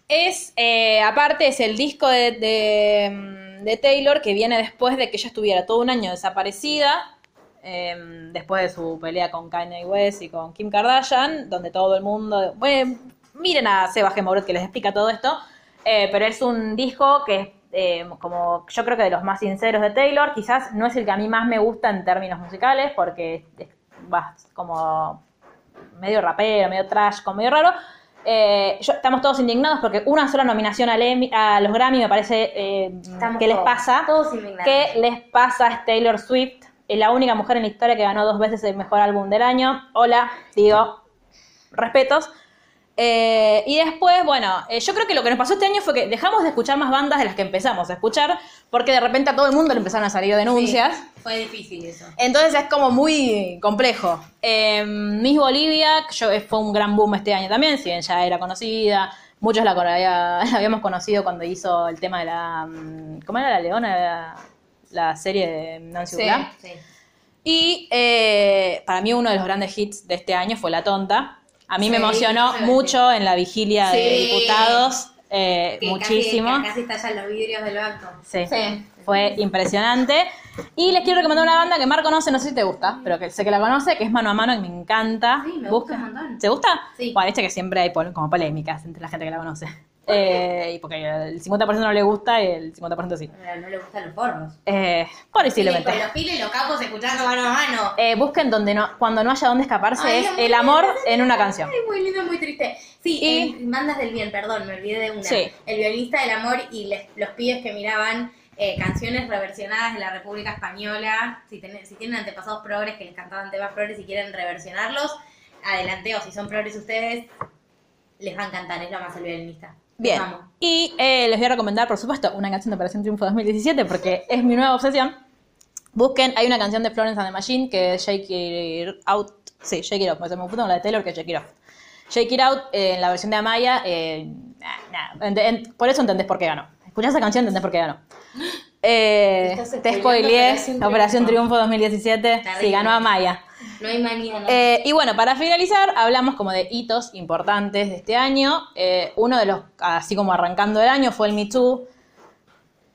es eh, aparte, es el disco de, de, mm, de Taylor que viene después de que ella estuviera todo un año desaparecida, eh, después de su pelea con Kanye West y con Kim Kardashian, donde todo el mundo... Bueno, miren a Sebas Gemorot que les explica todo esto, eh, pero es un disco que es eh, como yo creo que de los más sinceros de Taylor, quizás no es el que a mí más me gusta en términos musicales, porque es- va como medio rapero, medio trash, como medio raro. Eh, yo- estamos todos indignados porque una sola nominación al Emmy- a los Grammy me parece eh,
Estamos
que les
todos,
pasa.
Todos indignados.
¿Qué les pasa a Taylor Swift? Es la única mujer en la historia que ganó dos veces el mejor álbum del año. Hola, digo, respetos. Eh, y después, bueno, eh, yo creo que lo que nos pasó este año fue que dejamos de escuchar más bandas de las que empezamos a escuchar, porque de repente a todo el mundo le empezaron a salir denuncias.
Sí, fue difícil eso.
Entonces es como muy complejo. Eh, Miss Bolivia yo, eh, fue un gran boom este año también, si bien ya era conocida. Muchos la, cono- había- la habíamos conocido cuando hizo el tema de la. mm, ¿Cómo era la leona? La, la serie de Nancy
Sí.
Ucla.
Sí.
Y eh, para mí uno de los grandes hits de este año fue La Tonta. A mí me
Sí,
emocionó
sí.
mucho en la vigilia de
Sí.
diputados. eh,
Que
muchísimo.
Casi, que casi estallan los vidrios del banco.
Sí.
Sí.
Fue impresionante. Y les quiero recomendar una banda que Mar conoce, no sé si te gusta, pero que sé que la conoce, que es Mano a Mano y me encanta.
Sí, me
Busca-
gusta un montón.
¿Te gusta?
Sí.
Bueno, viste que siempre hay pol- como polémicas entre la gente que la conoce. Eh, y porque el 50% no le gusta y el 50% sí.
Pero no le gustan los porros.
Eh, posiblemente.
Con los piles y los capos escuchando mano a mano.
Eh, busquen donde no, cuando no haya donde escaparse,
Ay,
es
muy
el
lindo.
amor en una canción.
Ay, muy lindo, muy triste. Sí,
Y-
en Bandas del Bien, perdón, me olvidé de una.
Sí.
El violista del amor y les- los pibes que miraban eh, canciones reversionadas de la República Española. Si, ten- si tienen antepasados progres que les cantaban temas progres y quieren reversionarlos, adelante. O si son progres ustedes, les va a encantar. Es lo más el violinista.
Bien.
Vamos.
Y eh, les voy a recomendar, por supuesto, una canción de Operación Triunfo 2017 porque es mi nueva obsesión. Busquen, hay una canción de Florence and the Machine que es Shake It Out. Sí, Shake It Off. Me me confundo con la de Taylor que es Shake It Off. Shake It Out eh, en la versión de Amaya. eh, nah, nah, ent- ent- por eso entendés por qué ganó. Escuchás esa canción, entendés por qué ganó. Eh,
Estás
te
spoileando
spoileé
Operación
Operación Triunfo
Triunfo
2017. Sí,
Terrible.
ganó Amaya.
No hay mañana.
Eh, y bueno, para finalizar, hablamos como de hitos importantes de este año. Eh, uno de los, así como arrancando el año, fue el Me Too.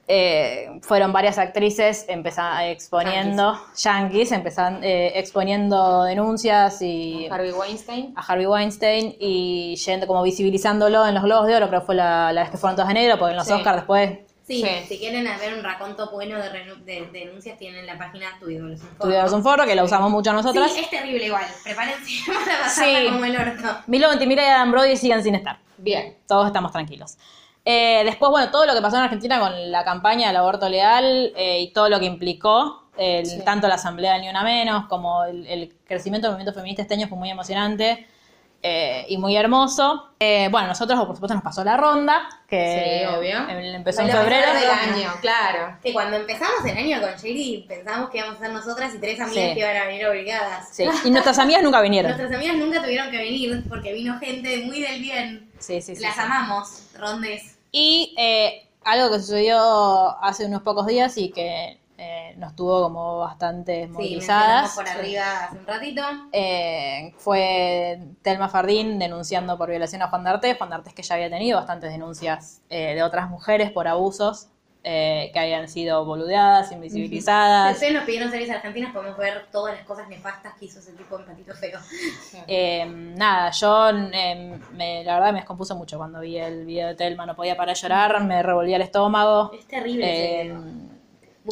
Eh, fueron varias actrices empeza- exponiendo, yankees, empezan, eh, exponiendo denuncias y
Harvey Weinstein.
a Harvey Weinstein y yendo como visibilizándolo en los Globos de Oro, creo que fue la, la vez que fueron todos de negro, porque en los
Sí.
Oscars después
Sí,
Sí.
si quieren ver un raconto bueno de, renu- de- de denuncias, tienen la página Tu Ídolo es un Forro.
tuvimos un foro que lo usamos mucho nosotras.
Sí, es terrible igual. Prepárense para pasarla
Sí.
como el orto.
Milo Ventimiglia y Adam Brody siguen sin estar.
Bien.
todos estamos tranquilos. Eh, después, bueno, todo lo que pasó en Argentina con la campaña del aborto legal eh, y todo lo que implicó, el- tanto la asamblea del Ni Una Menos como el, el crecimiento del movimiento feminista este año fue muy emocionante. eh, y muy hermoso. Eh, bueno, nosotros, por supuesto, nos pasó la ronda, que
Sí, obvio.
em- empezó en
Fue la
febrero.
mejor
del
Febrero.
año, claro.
Que cuando empezamos el año con Jerry pensamos que íbamos a ser nosotras y tres amigas
Sí.
que iban a venir obligadas.
Sí, Y nuestras amigas nunca vinieron.
Nuestras amigas nunca tuvieron que venir porque vino gente muy del bien.
Sí, sí, sí,
Las
sí.
amamos, Rondes.
Y eh, algo que sucedió hace unos pocos días y que eh, nos tuvo como bastante
Sí,
movilizadas.
mencionamos por arriba hace un ratito.
Eh, fue Telma Fardín denunciando por violación a Juan de Artes. Juan de Artes que ya había tenido bastantes denuncias eh, de otras mujeres por abusos eh, que habían sido boludeadas,
Si
invisibilizadas.
ustedes nos pidieron series argentinas, podemos ver todas las cosas nefastas que hizo ese tipo en Patito Feo.
Eh, nada, yo eh, me- la verdad me descompuso mucho cuando vi el video de Telma, no podía parar de llorar, me revolvía el estómago.
Es terrible.
Eh,
ese tema.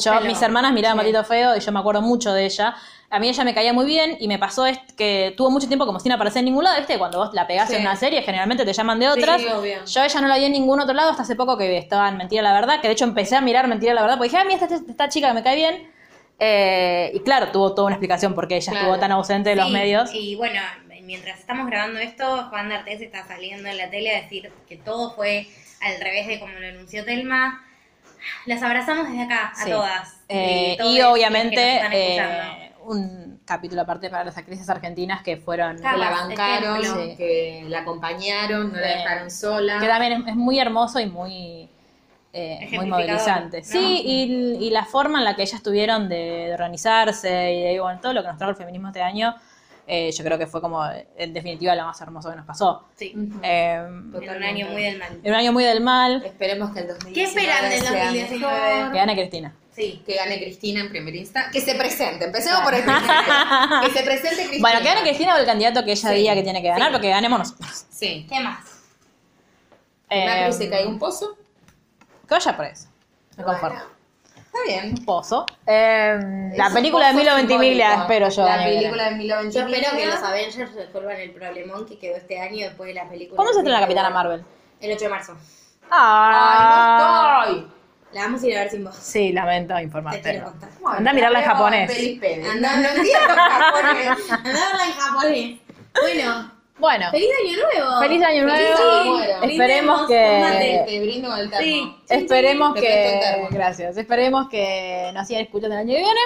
yo,
Búscalo.
mis hermanas miraban
Sí.
Matito Feo y yo me acuerdo mucho de ella. A mí ella me caía muy bien y me pasó es que tuvo mucho tiempo como sin aparecer en ningún lado, ¿viste? Cuando vos la pegás
Sí.
en una serie, generalmente te llaman de otras.
Sí, obvio.
Yo a ella no la vi en ningún otro lado hasta hace poco que estaba en Mentira la Verdad, que de hecho empecé a mirar Mentira la Verdad, porque dije, ah, mira, esta, esta- esta chica que me cae bien. Eh, y claro, tuvo toda una explicación porque ella
Claro.
estuvo tan ausente de los
Sí,
medios.
Y bueno, mientras estamos grabando esto, Juan de Artés está saliendo en la tele a decir que todo fue al revés de como lo anunció Telma. Las abrazamos desde acá, a
Sí.
todas.
Eh,
Y todos
y
los
obviamente
que nos están
eh,
escuchando.
un capítulo aparte para las actrices argentinas que fueron...
Claro.
Que la bancaron, eh,
Ejemplo.
que la acompañaron, no la
Sí.
dejaron sola.
que también es, es muy hermoso y muy, eh, muy
Ejemplificador,
movilizante.
¿no?
Sí, y, y la forma en la que ellas tuvieron de, de organizarse y de, bueno, todo lo que nos trajo el feminismo este año, eh, yo creo que fue como, en definitiva, lo más hermoso que nos pasó.
Sí,
Ujú.
Eh,
en un año muy del mal.
en un año muy del mal,
Esperemos que el 2019
¿Qué esperan del
sea
2019?
mejor.
que gane Cristina.
Sí.
Que gane Cristina en primera instancia. Que se presente. Empecemos por el principio. que se presente Cristina.
Bueno, que gane Cristina o el candidato que ella diga que tiene que ganar, porque ganemos nosotros.
Sí.
¿Qué más?
Macri
Eh,
se cae un pozo.
Que vaya preso. Me conformo.
Bueno, Está bien.
Un Pozo. Eh, la
Es un
película de
pozo
Milo Ventimiglia,
simbólico.
espero yo.
La
Daniel.
película de Milo
Yo
Ventimiglia.
espero que los Avengers resuelvan el problemón que quedó este año después de la película.
¿Cuándo se estrena la Capitana Marvel?
El 8 de marzo.
Ah.
Ay, no estoy.
La vamos a ir a ver sin vos.
Sí, lamento
Te
informarte.
quiero contar.
Bueno,
Andá a mirarla en
veo
japonés. Eh.
Felipe.
Andá.
No, no entiendo japonés.
Andarla en japonés. pues. Bueno,
Bueno,
feliz año nuevo.
feliz año
Feliz
nuevo.
año.
Bueno,
esperemos
brindemos con mate.
que.
Te brindo con el termo.
Sí.
Esperemos
Te presto el
que.
termo.
Gracias. Esperemos que nos sigan escuchando el año que viene.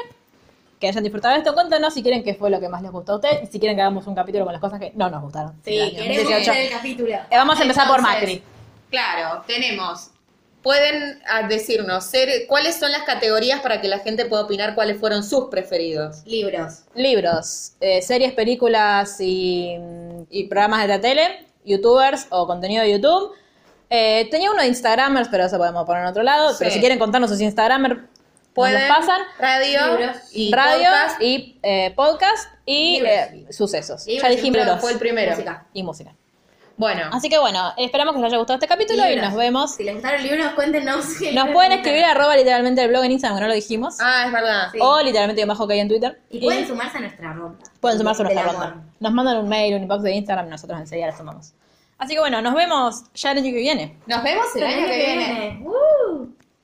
Que hayan disfrutado de esto. Cuéntanos si quieren qué fue lo que más les gustó a ustedes. Y si quieren que hagamos un capítulo con las cosas que no nos gustaron. del
Sí,
año
queremos
2018.
hacer el capítulo.
Eh, Vamos a empezar por
Entonces,
Macri.
Claro, tenemos. Pueden ah, decirnos ser- cuáles son las categorías para que la gente pueda opinar cuáles fueron sus preferidos.
Libros.
Libros, eh, series, películas y, y programas de la tele, youtubers o contenido de YouTube. Eh, tenía uno de Instagramers, pero eso podemos poner en otro lado.
Sí.
Pero si quieren contarnos sus Instagramers, nos los
Pueden
pasan.
radio
Libros.
y
radio
podcast.
y eh, podcast y
Libros.
eh, sucesos.
Libros,
ya dijimos
libros,
libros.
fue el primero.
Música.
Y música.
Bueno,
Así que bueno, esperamos que les haya gustado este capítulo y
Libros.
nos vemos.
Si les gustaron libros, cuéntenos. qué
Nos
libros
pueden
les
escribir
gustaron.
arroba literalmente el blog en Instagram, que no lo dijimos.
ah, es verdad.
Sí.
O literalmente bajo que hay en Twitter.
Y pueden sumarse a nuestra ronda.
Pueden sumarse a
Del
nuestra
amor.
ronda. Nos mandan un mail, un inbox de Instagram, y nosotros enseguida la sumamos. Así que bueno, nos vemos ya el año que viene.
Nos vemos el año que viene.
¡Uh!